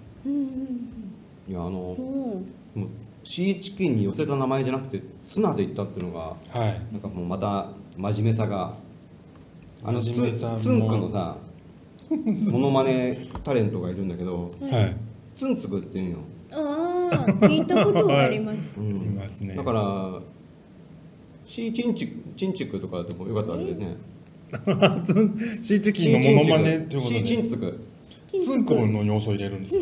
いやあのももうシーチキンに寄せた名前じゃなくてツナで言ったっていうのがはいなんかもうまた真面目さがあの真面目さもツンツンクのさモノマネタレントがいるんだけどはいはい、 (laughs) ツンツクって言うのよ、うああ聞いたことがありますういん、ますねだからシーチンチチンチクとかでもよかったんだよねツンシーチキンのモノマネというこシーチンとツクでツンコの要素入れるんですか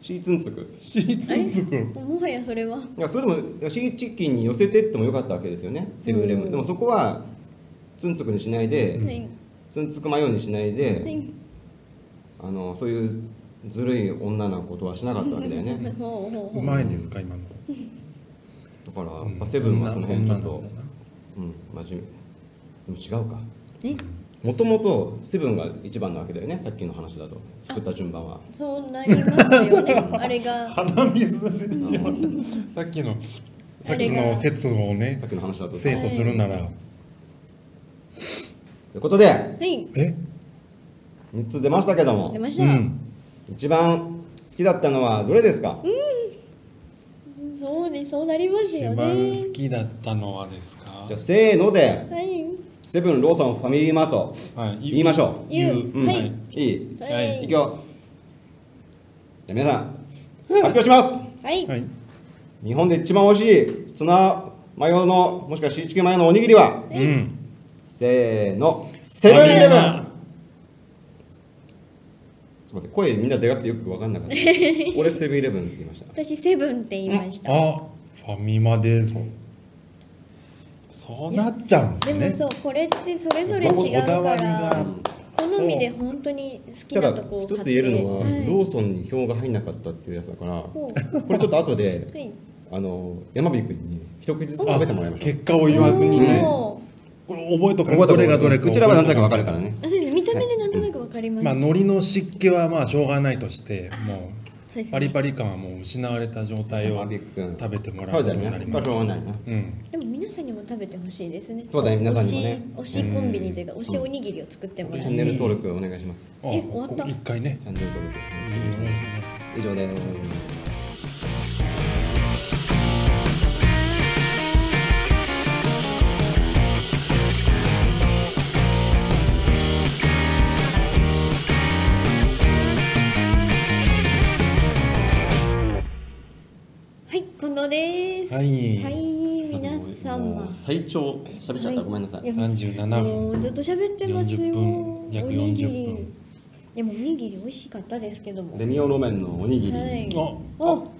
シーツンツクシーツンツクもはやそれはいやそれでもいやシーチキンに寄せてってもよかったわけですよねセブンイレブうんンでもそこはツンツクにしないで、はいツンツクマヨにしないで、はいあのそういうずるい女のことはしなかったわけだよねだかほうほうほうまいんですか今の、ら、まあセブンはその辺ちょっと女、の子だなうん、真面目でも違うかうえもともとセブンが一番なわけだよねさっきの話だと作った順番はそうなりますよねあれが鼻水出てますさっきのさっきの説をねさっきの話だと生徒するなら、ということではいえ3つ出ましたけど出もましうた、うん、ん一番好きだったのはどれですか、そうねそうなります一よ番ね好きだったのはですかじゃあせーのではいセブンローソンファミリーマートはい言いましょう言ううん、はいいいはいいいくよじゃあ皆さん発表しますはい、はい日本で一番美味しいツナマヨのもしくはシーチキンマヨのおにぎりはうんせーのセブンイレブンちょっと待って声みんなでかくてよく分かんなかった俺セブンイレブンって言いました私セブンって言いました、あファミマですそうなっちゃうんですでねもそうこれってそれぞれ違うこだかわりらが好みで本当に好きたなとだこを買って一つ言えるのは、いローソンに票が入んなかったっていうやつだからこほうれちょっと後ではいあの山火君に一口ずつあ食べてもらいましょう結果を言わずにねおーこれ覚えとここはくどれがどれかこちらは何だか分かるらからねあそうですね見た目でなんとなくわかります、まあ海苔の湿気はまあしょうがないとしてもそうですうねパリパリ感はもう失われた状態を山火君食べてもらうこと食べたにならりねままあすしょうがないなうんでも皆さんにも食べてほしいですねそうだね皆さんにもね推し推しコンビニというか推しおにぎりを作ってもチらャうンネル登録お願いしますあえ終わったここ一回ねチャンネル登録以上ですはい近藤ですはい皆も様う最長喋っちゃった、ごめんなさいや37もう分ずっと喋ってますよ40分約おにぎり40分でもおにぎり美味しかったですけども。レミオロメンのおにぎり、はいあお、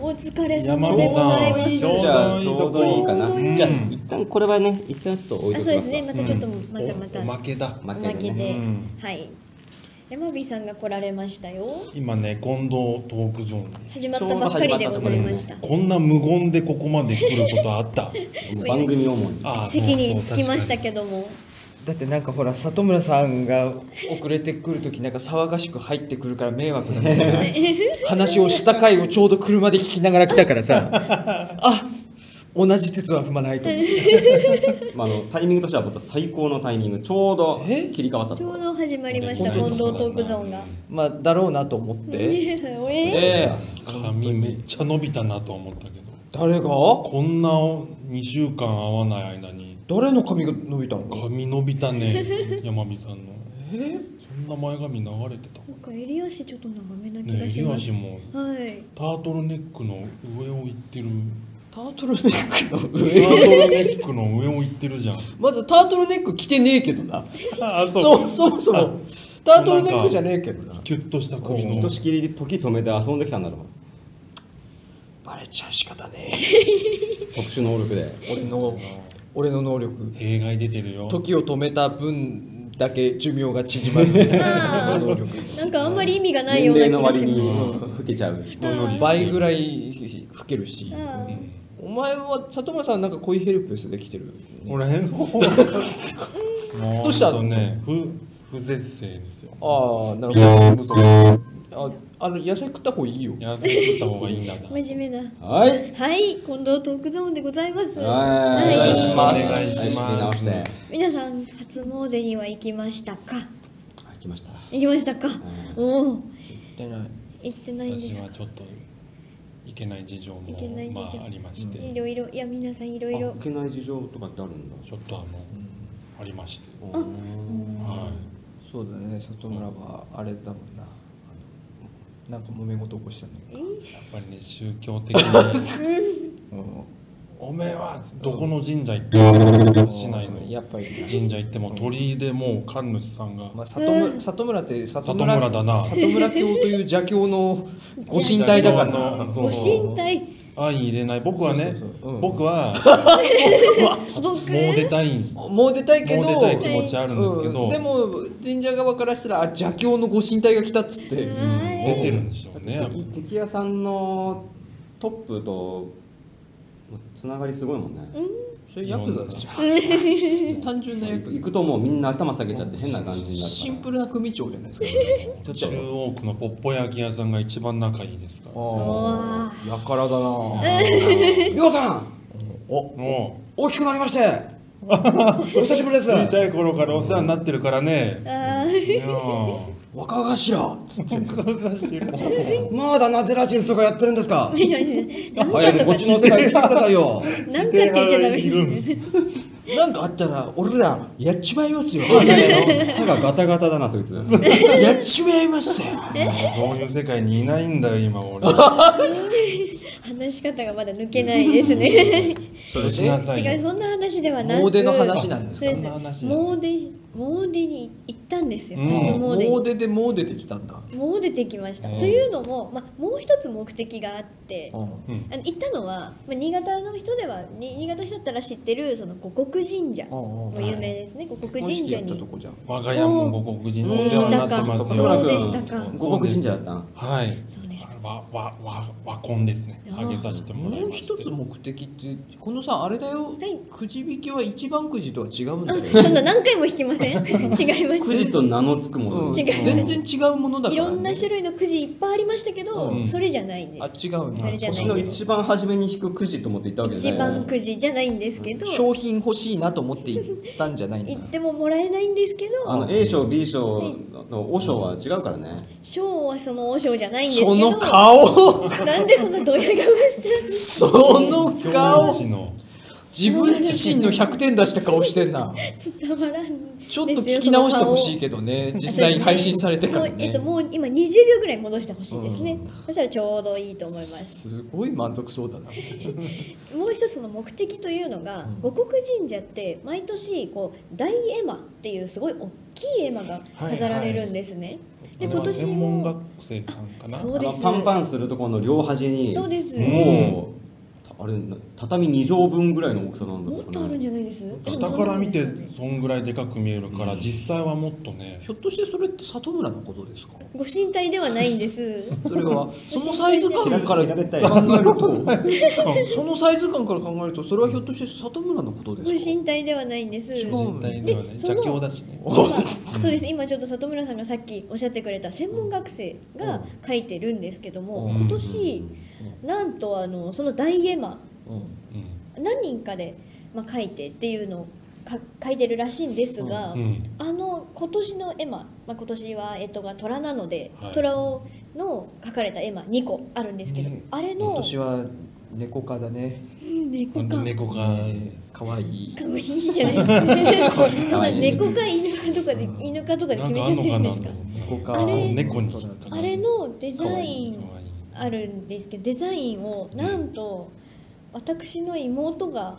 お疲れ山様尾でさんございまじす。ちょうどいいゃあちょうどいいかな、うんじゃあ一旦これはね一旦ちょっと置いあ、とそうできますすね。またちょっとまたまたおおまけだお負まけけででねうん、はい。山火さんが来られましたよ。今ね近藤トークゾーンに始まったばっかりでございました。こんな無言でここまで来ることあったもう番組思いあー席に着きましたそうそう確かけども。だってなんかほら里村さんが遅れてくる時なんか騒がしく入ってくるから迷惑だみたいな話をした回をちょうど車で聞きながら来たから (laughs) さあ同じ鉄は踏まないと思ってまあ、あのタイミングとしてはまた最高のタイミングちょうど切り替わったちとこょうろど始まりました本近当に藤トークゾーンが。まあだろうなと思って (laughs) ええ。ええ髪めっちゃ伸びたなと思ったけど誰がこんな2週間会わない間に誰の髪が伸びたのか髪伸びたね山美さんのそんな前髪流れてたなんか襟足ちょっと長めな気がします。ね襟はい。タートルネックの上を行ってるタートルネックのタ上ートルネックの上を行ってるじゃんまずタートルネック着てねえけどなあーそうそもそもタートルネックじゃねえけどなキュッとした首ひのとしきり時止めて遊んできたんだろうバレちゃう仕方ねえ特殊能力で俺の俺の能力弊害出てるよ時を止めた分だけ寿命が縮まるあー能力なんかあんまり意味がない年ような齢気のが割しにます。老けちゃう人より倍ぐらい老けるしあーお前は里村さんなんか恋ヘルプレスで来てる俺もうどうしたほんとね不不絶世ですよああなるほどああの野菜食った方がいいよ痩せてった方がいいんだな真面目な。はいはい、近藤トークゾーンでございます。はいお願いしますお願いします仕切り直して皆さん初詣には行きましたか。あ来ました行きましたか。おお、言ってない行ってないんで私すはか。ちょっといけない事情もいけない事情まあ、ありまして、いちろいろいや皆さんいろいあろいけない事情とかってあるんだょっとあの、ありまして、はそうだね里村はあれだもんなあのなんか揉め事起こしたんだけい、やっぱりね宗教的にどおめえはどこの神社行っても市内のやっぱりな神社行っても鳥居でもう神主さんがまあ、里村里村って里村里村だな里村教という邪教のご神体だ (laughs) からあのなそうご神体相入れない僕はねそうそうそううん僕 (laughs) は僕もう出たいんもう出たいけどもう出たい気持ちあるんですけどうんでも神社側からしたらあ邪教のご神体が来たっつって、はい出てるんでしょうねやっぱ敵敵屋さんのトップとつながりすごいもんねそれヤク (laughs) ザじゃん単純なヤク行ザくともうみんな頭下げちゃって変な感じになるシンかプルな組長じゃないですか中央区のポッポ焼き屋さんが一番仲いいですからああやからだならりょうさんおも大きくなりましてお久しぶりでうす小さい頃からお世話になってるからねあーいやー若頭っつって (laughs) まだなゼラチンスとかやってるんですかなん早くこっちの世界に来てくださいよなんかって言っちゃダメですね。なんかあったら俺らやっちまいますよ歯がガタガタだなそいつ (laughs) やっちまいます (laughs) よもうそういう世界にいないんだよ今俺話し方がまだ抜けないですね。そよしなさいよ違うそんな話ではなく。詣の話なんですかそうです。そんな話詣詣に行ったんですよ。うん初詣に。もう出てもう出てきたんだ、もう出てきました、うんというのも、まあ、もう一つ目的があって、うんうんあの行ったのは、まあ、新潟の人ではに新潟の人だったら知ってるその五穀神社うんうもん有名ですね、五穀神式社やったにとこじゃん我が家も五国人のおで世し話にたなかってますよそうでしたか五穀神社だったんはいそうですわわわ和婚ですねあーあげさせてもらいもうまして一つ目的ってこのさあれだよ、いくじ引きは一番くじとは違うんだよ、 (laughs) そんな何回も引きません (laughs) 違いまくじすと名の付くもうのん、違う全然違うものだかいら、ろんな種類のくじいっぱいありましたけど、うんそれじゃないんであす違うんだそれじゃない星の一番初めに引くくじと思って行ったわけじ一ゃない番くじじゃないんですけど商品欲しいなと思って行ったんじゃないんだ行ってももらえないんですけあどの A 賞 B 賞の和賞は違うからね賞はその王賞じゃないんですけどその顔なんでそんなドヤ顔してその今顔日一の自分自身の100点出した顔してんな (laughs) 伝わらんちょっと聞き直してほしいけどね実際に配信され (laughs) てからもうえっと、ねもう今20秒ぐらい戻してほしいですね、そしたらちょうどいいと思いますすごい満足そうだなもう一つの目的というのが、五穀神社って毎年こう大絵馬っていうすごい大きい絵馬が飾られるんですね、であの今年専門学も生さんかなそうあのですパンパンするところの両端にそうですもうたあれな畳2畳分ぐらいの大きさなんだもっったとあかなるんじゃないです下から見てそんぐらいでかく見えるから実際はもっとねひょっとしてそれって里村のことですかご神体ではないんですそれはそのサイズ感から平べったい考える (laughs) とそのサイズ感から考えるとそれはひょっとして里村のことでごすか神体ではないんです違う人体ではねでそ邪の教だし (laughs) ね今そうです今ちょっと里村さんがさっきおっしゃってくれた専門学生が書いてるんですけども、うん今年、なんとあのその大絵馬うんうん何人かで、まあ、書いてっていうのをか書いてるらしいんですが、うんあの今年の絵馬、まあ、今年は干支が虎なので、はい虎をの書かれた絵馬2個あるんですけど、ねあれ今の年は猫科だねうん猫ほんとか。猫がえーかわいいかわいいじゃないですか。そんな愛い猫か犬かとかで犬かとかでな決めんかちあゃってるんのかんなですか。猫科あれ猫に引っかあれのデザインかわいいあるんですけどデザインをなんと私の妹が、あ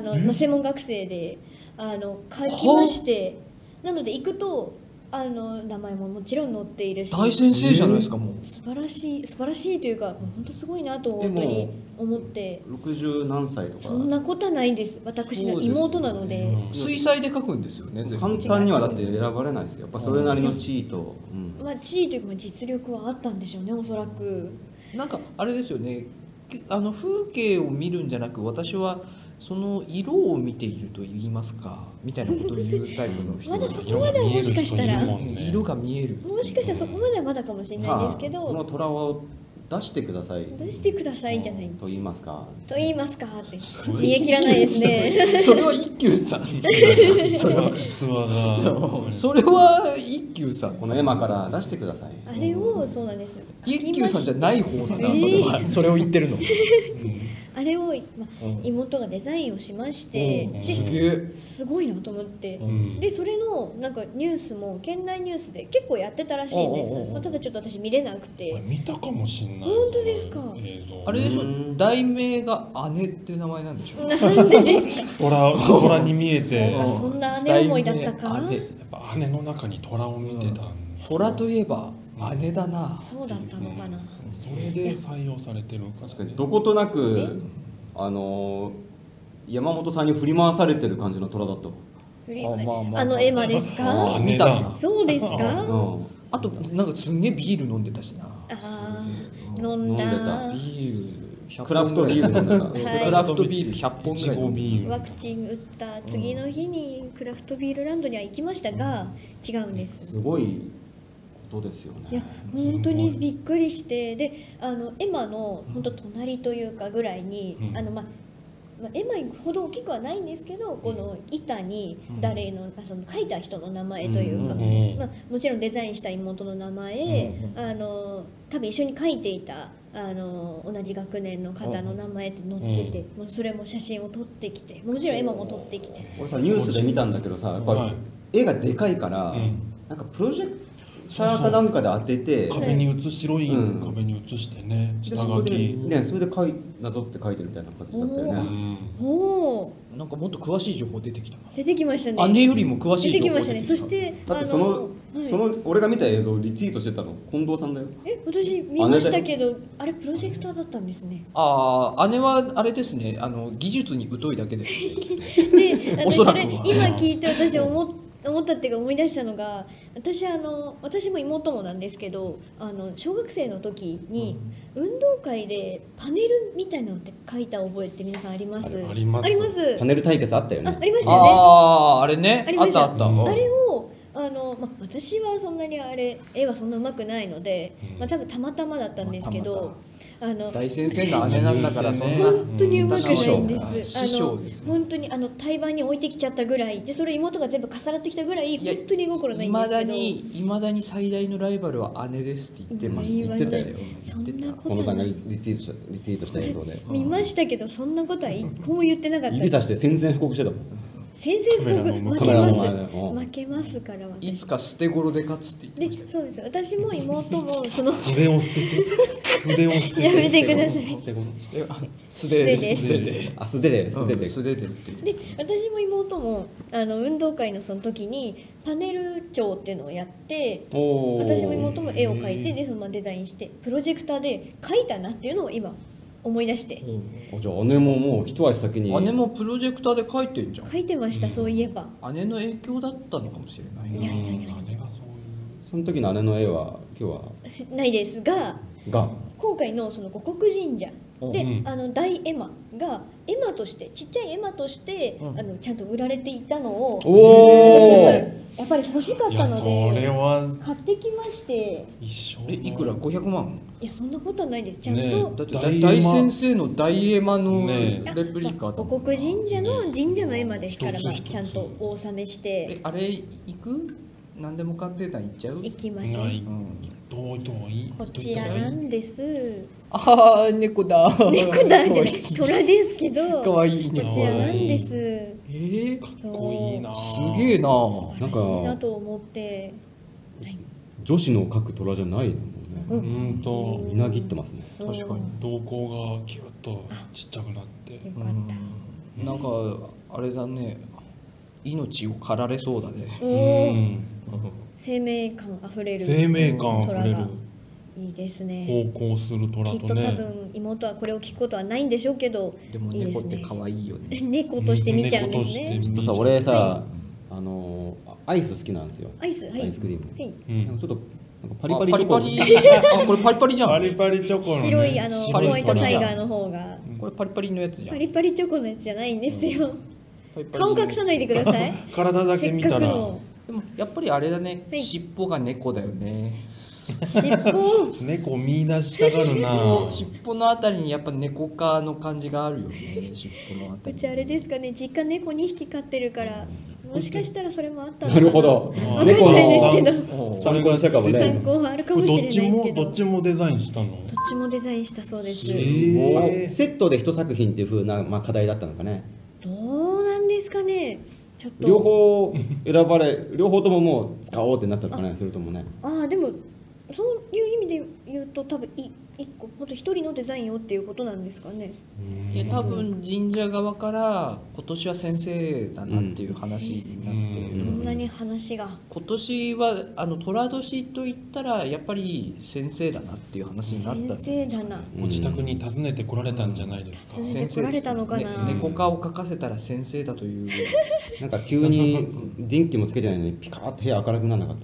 のまあ専門学生であの書きましてなので行くとあの名前ももちろん載っているし大先生じゃないですかもう素晴らしい素晴らしいというかもう本当すごいなと本当に思って60何歳とかそんなことはないです私の妹なのでうん水彩で描くんですよね全簡部単にはだって選ばれないですよやっぱそれなりの地位と、うんまあ地位というかまあ実力はあったんでしょうねおそらくなんかあれですよねきあの風景を見るんじゃなく私はその色を見ていると言いますかみたいなことを言うタイプの人まだですそよこまではもしかしたらも色が見えるしかしたらそこまではまだかもしれないですけさあこのど虎を出してください出してくださいじゃないと言いますかと言いますかって言えきらないです (laughs) ねそれは一休さんそれは逸話がそれは一休さんこの絵馬から出してくださいあれをそうなんです一休さんじゃいない方だえなーそれはそれを言ってるのあれを、まあうん妹がデザインをしまして、うんすでげえすごいなと思って、んでそれのなんかニュースも県内ニュースで結構やってたらしいんですおうおうおうまあ、ただちょっと私見れなくて、俺見たかもしんない本当ですかその映像あれでしょうん題名が姉って名前なんでしょなんでですか虎虎に見えてあやうっそんな姉思いだったか題名姉ぱ姉の中に虎を見てたんです虎といえば姉だなそうだったのかな、それで採用されてるか確かにどことなくあのー山本さんに振り回されてる感じの虎だと、フリーあまあまああの絵馬ですあかー見たんだそうですうかん、あとなんかすんげえビール飲んでたしなあすーげえ飲んだ飲ビール100本クラフトビール飲んでたぐらいはいクラフトビール100本いぐちらいご飲んでビールワクチン打った次の日にクラフトビールランドには行きましたが、違うんですすごいことですよいやね本当にびっくりしてであのエマの本当隣というかぐらいに、うんあのまあまあ、エマほど大きくはないんですけどこの板に誰の,、あその書いた人の名前というか、うんうんうんまあ、もちろんデザインした妹の名前、あの多分一緒に書いていたあの同じ学年の方の名前って載ってて、もうそれも写真を撮ってきてもちろんエマも撮ってきて俺さニュースで見たんだけどさやっぱはいり絵がでかいから、うんなんかプロジェクターかなんかで当てて壁に映白いうん壁に映してねで下そこ書できねそれで書いなぞって書いてるみたいな感じだったよおうーねおんおなんかもっと詳しい情報出てきた出てきましたなね姉よりも詳し出い情て報き出ましたねてきそたしてだってその,、あはいその俺が見た映像をリツイートしてたの近藤さんだよえ私見ましたけどあれプロジェクターだったんです (laughs) ねああ姉はあれですねあの技術に疎いだけですでお私そらそくれは今聞いて私思っ思ったっていうか思い出したのが私あの私も妹もなんですけどあの小学生の時に運動会でパネルみたいなのって書いた覚えって皆さんありますあるありますありますパネル対決あったよあねありましたよねあああれねありあまっしたたあった、うんあれをあの、ま、私はそんなにあれ絵はそんな上手くないので、まあ、多分たまたまだったんですけど、あの大先生の姉なんだからそんな本当に上手くないんで師匠す。師匠ですあねの本当にあの対バンに置いてきちゃったぐらいでそれ妹が全部重なってきたぐらいいや本当に絵心ないいんでますだけど。にいまだに最大のライバルは姉ですって言ってます言言わっないてたよそんなこ近と藤さんはがリツイートしたリツイートした映像で見ましたけどそんなことは一個も言ってなかった。指さして宣戦布告してたもん先生カメラの僕負前けまカメラの前すで負けますからい私つか捨て頃で勝つって言ってましたでそうです私も妹もその筆を捨てて筆を (laughs) 捨てやてめてください (laughs) 捨て子捨てあ (laughs) 素手で素手で素手で (laughs) あ素手でう素手んで、素手でっていうで私も妹もあの運動会のその時にパネル帳っていうのをやっておー私も妹も絵を描いてでそのままデザインしてプロジェクターで描いたなっていうのを今思い出してあじゃあ姉ももう一足先に姉もプロジェクターで描いてんじゃ描いてましたそういえばん姉の影響だったのかもしれないいやないやいや姉がそういうその時の姉の絵は今日はないですがが今回のその五穀神社で、うんあの大絵馬が絵馬としてちっちゃい絵馬として、うんあのちゃんと売られていたのをおやーっぱり欲しかっいやたそのれでは買ってきまして一生えいくら500万いやそんなことはないですちゃんと、ねえだ大って絵大馬大先生の大絵馬のねレあプリカだ五もん穀神社の神社の絵馬ですから、一つまあ、一つちゃんとお納めしえてあれ行く何でも鑑定団行っちゃういきませなんいうんどうどういいこちらなんですああ猫だ猫だじゃ (laughs) ない虎ですけどかわいいこねちらなんですえー、かっこいいなすげえな素晴らしいなと思って女子の描く虎じゃないのもうねんとみなぎってますね確かに瞳孔がキュッとちっちゃくなってようかったんなんかあれだね命を狩られそうだねおうーん生命感あふれる生命感あふれる虎がいいですね方向する虎きっとと多ね分妹はこれを聞くことはないんでしょうけどでもいいで猫すってね可愛いよね猫として見ちゃうんですね猫ちょっとさ俺さあのーアイス好きなんですよアイスはいアイスクリームはいうんなんかちょっとなんかパリパリチョコあパリパリあこれパリパリじゃんパリパリチョコのね白いあの白ホパリワイトタイガーの方がこれパリパリのやつじゃパんリパリチョコのやつじゃないんですよパリパリの顔隠さないでください体だけ見たらせっかくのでもやっぱりあれだねはい尻尾が猫だよね尻尾を猫を見出した (laughs) がるな尻尾のあたりにやっぱ猫科の感じがあるよね尻尾のあたうりちあれですかね実家猫2匹飼ってるからもしかしたらそれもあったのかなるほどわかんない猫ですけどの参考にしたかもど参ね考はあるかこもれしどれないっですちけどもどっちもデザインしたのどっちもデザインしたそうですえーセットで一作品っていう風なまあ課題だったのかねどうなんですかねちょっと両方選ばれ両方とももう使おうってなったのかねそれともねああでもそういう意味で言うと多分い一個本当一人のデザインをっていうことなんですかねいや多分神社側から今年は先生だなっていう話になって、そんなに話が今年はあの寅年と言ったらやっぱり先生だなっていう話になったん先生だだなご自宅に訪ねてこられたんじゃないですかうん先生来られたのかなね猫科を描かせたら先生だというなんか急 (laughs) に電気もつけてないのにピカーって部屋明るくならなかっ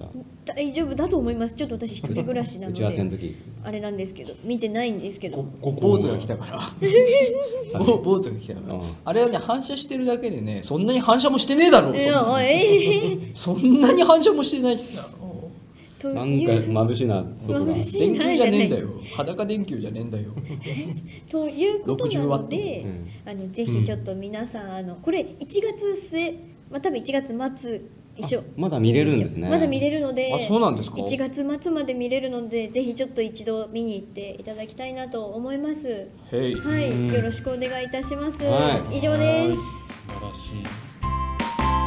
大丈夫だと思いますちょっと私一人暮らしたな打のち合わせので時あれなんですけど見てないんですけどご坊主が来たからぼ坊主が来たからうんあれはね反射してるだけでねそんなに反射もしてねえだろいやお (laughs) いそんなに反射もしてないしさとなんいかう眩しいなそこが眩しい電球じゃねえんだよ裸電球じゃねえんだよということなので、あのぜひちょっと皆さん、あのこれ1月末まあ多分1月末一応まだ見れるんですねまだ見れるのであそうなんですか1月末まで見れるのでぜひちょっと一度見に行っていただきたいなと思いますへいはいよろしくお願いいたします、は以上です素晴らしい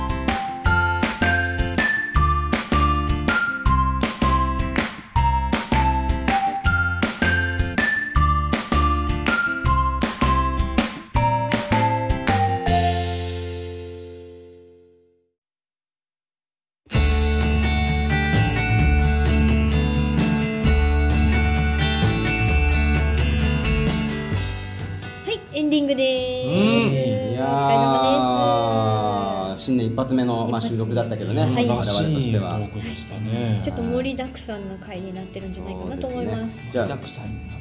はいエンディングです、おいや疲れ様ー新年一発目の、まあ、収録だったけどね、はい我々らとししいてトはー。クでしたねですちょっと盛りだくさんの回になってるんじゃないかなと思いますそうですねたくさんなのか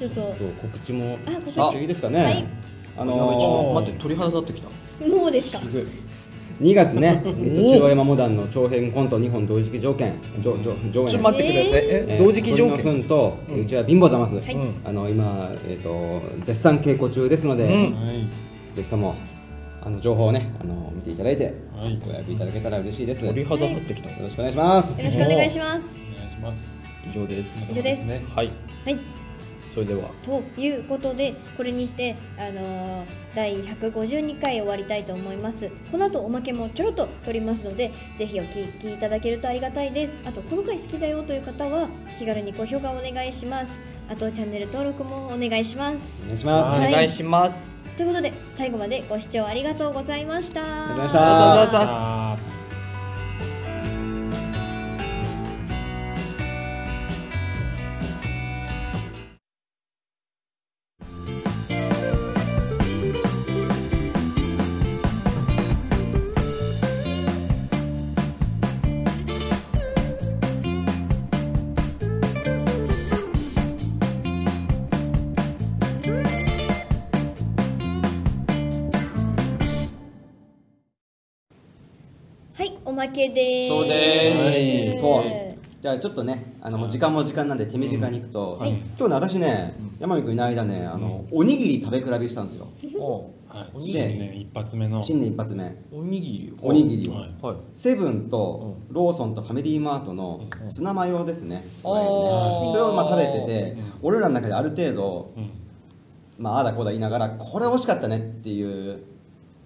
ちょっとちょっと告知もあ告知していいですかね。はいあやのばいちょっとー、待って鳥肌立ってきたもうですか2月ね、えっと千代山モダンの長編コント日本同時期条件、上上上ちょっと演。待ってください、ええー同時期条鳥野件君とうちは貧乏ざます、いあの今、えっと絶賛稽古中ですので、はいぜひともあの情報をねあの見ていただいて、はいご予約いただけたら嬉しいですよ鳥ろ肌立ってきたしくお願いしますよろしくお願いしますお願いします以上で以す上ですはいはいそれではということでこれにて、あのー第152回終わりたいと思いますこの後おまけもちょろっと取りますのでぜひお聞きいただけるとありがたいですあとこの回好きだよという方は気軽に高評価お願いしますあとチャンネル登録もお願いしますお願いしますはあおい願いします、ということで最後までご視聴ありがとうございましたありがとうございましありたがとうございますあーはいおまけですそうですはいそうじゃあちょっとねあのもう時間も時間なんで手短にいくと、はい今日ね私ね山見君いない間ねあの、おにぎり食べ比べしたんですよおはい、おおににぎぎりりね一発目の新年一発目おにぎりおにぎりを、はいはいセブンとローソンとファミリーマートのツナマヨですね,、あいわゆるねーそれをまあ食べてて、俺らの中である程度、まあ、ああだこうだ言いながらこれ美味しかったねっていう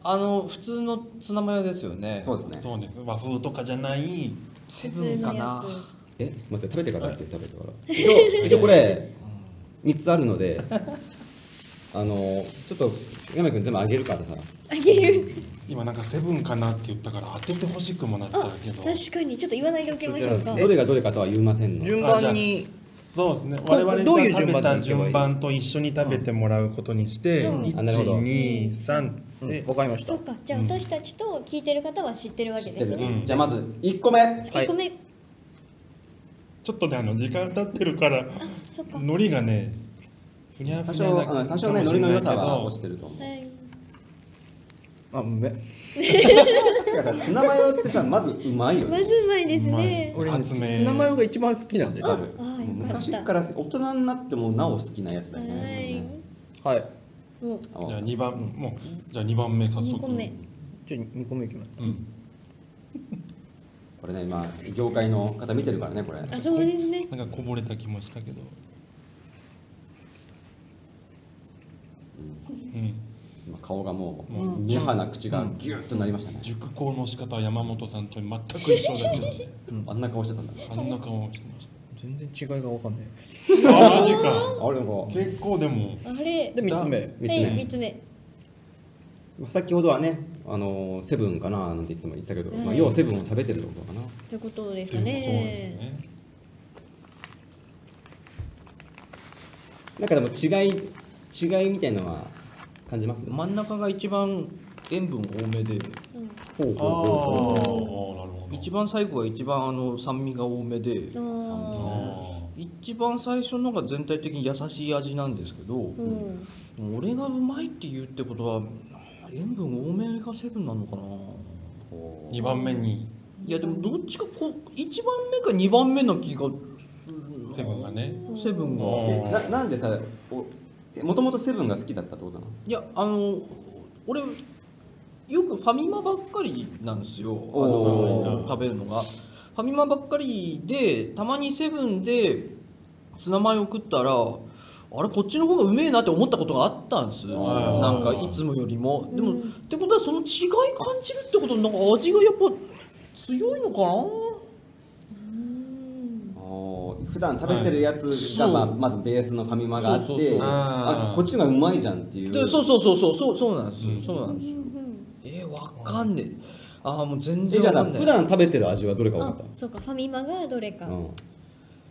あの普通のツナマヨですよねそうですねそうです和風とかじゃないセ普ブ通ンかのやなえ待って食べてからって食べてから一応一応これ3つあるのであのちょっと山君全部あげるからさつあげる今なんかセブンかなって言ったから当ててほしくもなったあけど確かにちょっと言わないでおきましょうかどれがどれかとは言いませんの順番にそうですねこ我々がどういう食順番でいけべたばいいです順番と一緒に食べてもらうことにしてあなるほど123うんでわかりましたそうかじゃあ私たちと聞いてる方は知ってるわけ知ってでする、ねうんじゃあまず1個目はい1個目ちょっとねあの時間経ってるからあそっか海苔がねふにゃふ多にゃな少うん多少ね海苔の良さは落ちててると思うはいあめてかさツナマヨってさまずうまいよねまずうまいですね俺ね発明ツナマヨが一番好きなんでわ多かる分あよかった昔から大人になってもなお好きなやつだはよいねはいもうあじゃあ2番もうじゃあ2番目早2速個目じゃあ2個目いきますうんこれね今業界の方見てるからねこれあそうですねなんかこぼれた気もしたけどうん今顔がもう目鼻口がギュッとなりましたね熟考の仕方は山本さんと全く一緒だけどね (laughs) あんな顔してたんだあんな顔をしてまし全然違いが分かんないたあマジかあれなんか結構でもあれで3つ目三つはい目3つ目まあ先ほどはね、あのーセブンかななんていつも言ってたけど、まはあ、い要はセブンを食べてるってことかな。ということですとかいうことなねんですねなんかでも違い、違いみたいなのは感じます真ん中が一番塩分多めでほうああなるほほど一番最後が一番あの酸味が多めでああ一番最初のが全体的に優しい味なんですけど、ーうん俺がうまいって言うってことは塩分多めがセブンなのかなー二番目にいやでもどっちかこう1番目か2番目な気がセブンがねセブンがうほう。えななんでさ、おもともとセブンが好きだったってことなのいやあの俺よくファミマばっかりなんですよあおの食べるのがファミマばっかりでたまにセブンでツナマヨ食ったらあれこっちの方がうめえなって思ったことがあったんですーなんかいつもよりもでも、ってことはその違い感じるってことはなんか味がやっぱ強いのかおー普段食べてるやつが、まあ、まずベースのファミマがあってそうそうそうああーこっちがうまいじゃんっていなうでそうそうそうそうそうそうなんですよ、そうなんですようんえー、わかんねえああもう全え然じゃわあかさんない普段食べてる味はどれか分あかっそうかファミマがどれかたうん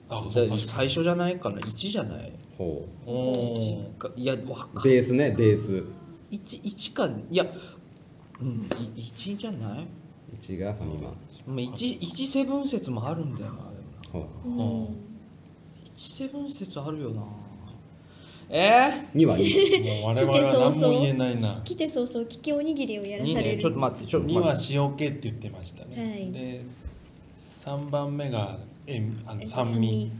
あそうだ確か最初じゃないかな1じゃないほおー1かいやわうかんベースねベース 1, 1かいやうん1じゃない1がファミマまあ一一セブン説もあるんだよなでもほなうん1セブン説あるよなえう2は2もう我々は何も言えないな来て早々利きおにぎりをやー、らいいされねるちょっと (laughs) 待ってちょっと2待はって塩気って言ってましたね、はいで3番目が塩あえのっと酸酸味味って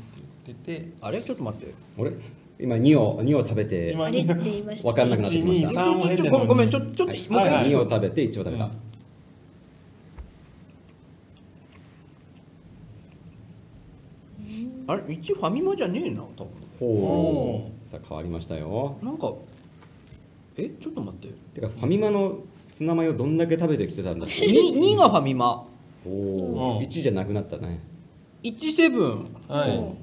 言ってあれちょっと待って俺今2を二を食べて今あれって言いましたわかんなくなってきました123を経ちてのょごめんごめんにちょちょっともう一はい回2を食べて1を食べた、うんうあれ一応ファミマじゃねえな多分ほうさあ変わりましたよなんかえちょっと待っててかファミマのツナマヨどんだけ食べてきてたんだっけ 2, 2がファミマおおうん1じゃなくなったね1セブンはい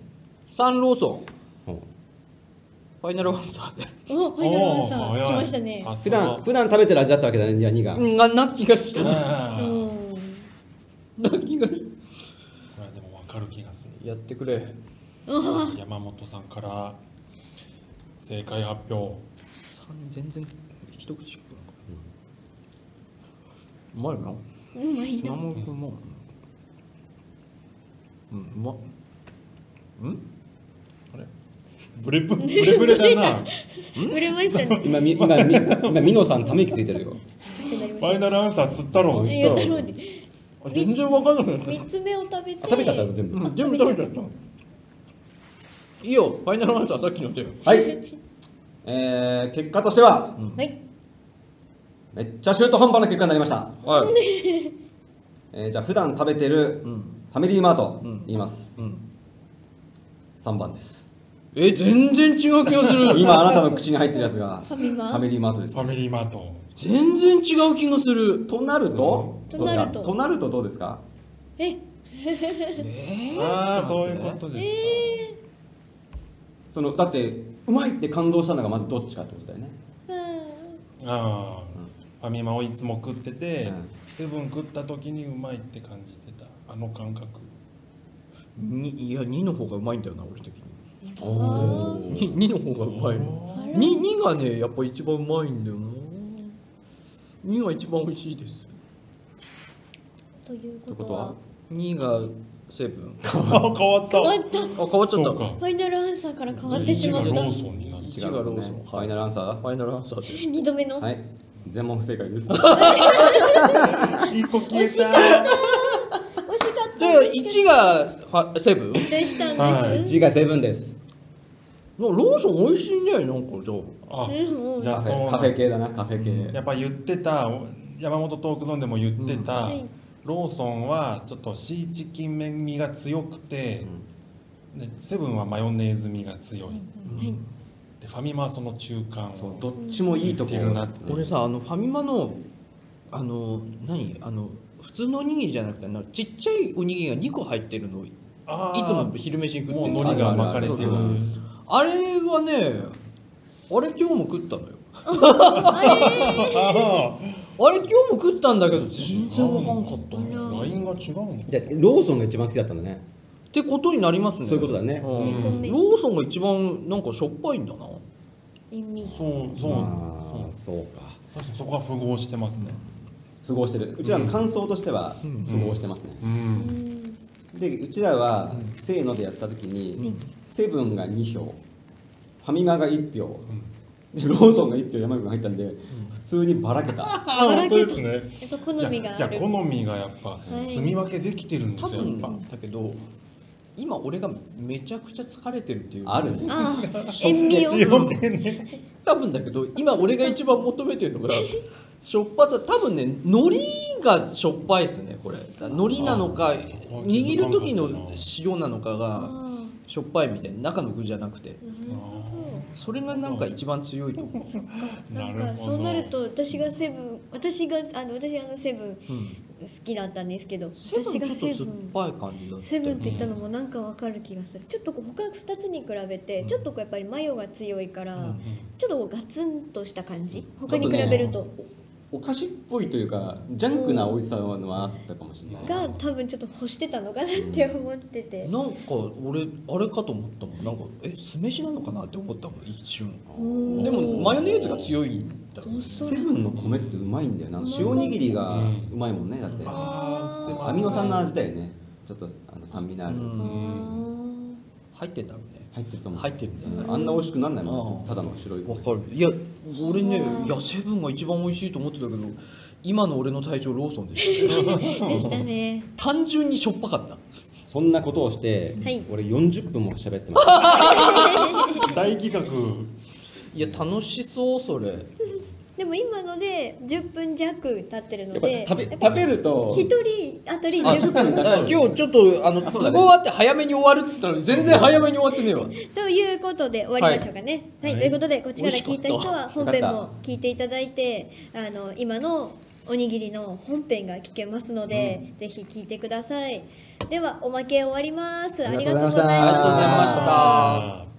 3ローソンほうファイナルアンサーでおファイナルアンサー来ましたねさす普が段普段食べてる味だったわけだねじゃあ2がうんなな気がしうんうたんな気がしこれはでも分かる気がするやってくれ山本さんから正解発表三全然一口しかなかったうまいなうまいツナなモくもうんうまっうんブレブブレブレだな売れましたね今み今み今ミノさんため息ついてるよってなりフまァイしナルアンサー釣ったろたいやなのであ全然わかんなくなった三つ目を食べてあ食べちゃった全部、うん、全部食べちゃった。いいよ、ファイナルアンサーさっきのだよ。はいえー、結果としてははいめっちゃ中途半端な結果になりました、はい。えー、じゃあ普段食べてるフんァミリーマートうん言いますうん。 3番ですえ、全然違う気がす (laughs) る。今あなたの口に入ってるやつがファミマファミリーマートですファミリーマート全然違う気がする。となるととなるととなるとどうですかえああちょそうっいと待ってうことですか、そのだってうまいって感動したのがまずどっちかってことだよねうああ、ファミマをいつも食ってて、うんセブン食った時にうまいって感じてたあの感覚にいや、2の方がうまいんだよな、俺的に。おおー 2, の方がうまいの。2, 2がね、やっぱ一番うまいんだよな。2が一番美味しいです。んというとこいうこととはは2がセブン。あ、あー変わった終わったフ変わっちゃっそた。うかァイナルアンサーから変わってし1まがっローたソンになっちゃ1がローソン。ファイナルアンサーファイナルアンサーで。二度目のはい全問不正解です (laughs) う一個消え惜たしかったじゃあ、1がファセブンでしたはいんです1がセブンですローソン美味しいね、なんかじゃあ。あうんうんじゃカあフそうェなカフェ系だなカフェ系やっぱ言ってた山本トークゾーンでも言ってた、はいローソンはちょっとシーチキン麺味が強くて、でセブンはマヨネーズ味が強い、でファミマはその中間そうをどっちもいいところうん俺さあのファミマのあの何あの普通のおにぎりじゃなくてあのちっちゃいおにぎりが2個入ってるのいあーつも昼飯に食っもてうる海苔が巻かれてるそうそうあれはねあれ今日も食ったのよああれ今日も食ったんだけど全然わかんかったねあラインが違うのじゃあローソンが一番好きだったんだねってことになりますねそういうことだねうんうんローソンが一番なんかしょっぱいんだな意味そうそう、まあそうかそう確かにそこが符合してますね符合してるうちらの感想としては符合してますねうんでうちらはせーのでやった時にセブンが2票ファミマが1票でローソンが1票山口君が入ったんで普通にばらけたあばらけたねやっぱ好みがあいやる好みがやっぱい住み分けできてるんで多すよやっ分ぱだけど今俺がめちゃくちゃ疲れてるっていうあるねああ塩味を多分だけど今俺が一番求めてるの (laughs) がしょっぱさ多分ね海苔がしょっぱいですねこれだ海苔なのかこは気づか握んかったるな時の塩なのかがあしょっぱいみたいな中の具じゃなくてそれがなんか一番強いと思あなんかそうなると私がセブン私があの私あのセブンう、好きだったんですけどセブ私ンがちょっとセ酸ブっンぱい感じだったセブンよって言ったのもなんかわかる気がするちょっとこう他2つに比べてちょっとこうやっぱりマヨが強いから、ちょっとこうガツンとした感じ他に比べるとお菓子っぽいというかジャンクな美味しさはあったかもしれながい多分ちょっと欲してたのかなって思ってて、なんか俺あれかと思ったもんなんかえ酢飯なのかなって思ったもん一瞬うんでもマヨネーズが強いんだセブンの米ってうまいんだよな塩おにぎりがうまいもんねだってあーでもアミノ酸の味だよねちょっとあの酸味のある入ってんだろうね入ってると思う入ってるんだよねあんな美味しくなんないもあんーただの白いわ米かるいや俺ねいやセブンが一番美味しいと思ってたけど今の俺の体調ローソンでした (laughs) ねでしたね単純にしょっぱかったそんなことをしてはい俺40分も喋ってました大企画いや楽しそうそれでも今ので10分弱経ってるのやっぱで食べやっぱ食べると一人当たりあ10分あ今日ちょっとあのそうだね都合あって早めに終わるっつったのに全然早めに終わってねえわということで終わりましょうかね。はい、ということでこっちから聞いた人は美本味し編かったも聞いていただいてあの今のおにぎりの本編が聞けますので、ぜひ聞いてください。ではおまけ終わります。ありがとうございまありがとうございまししたた。あー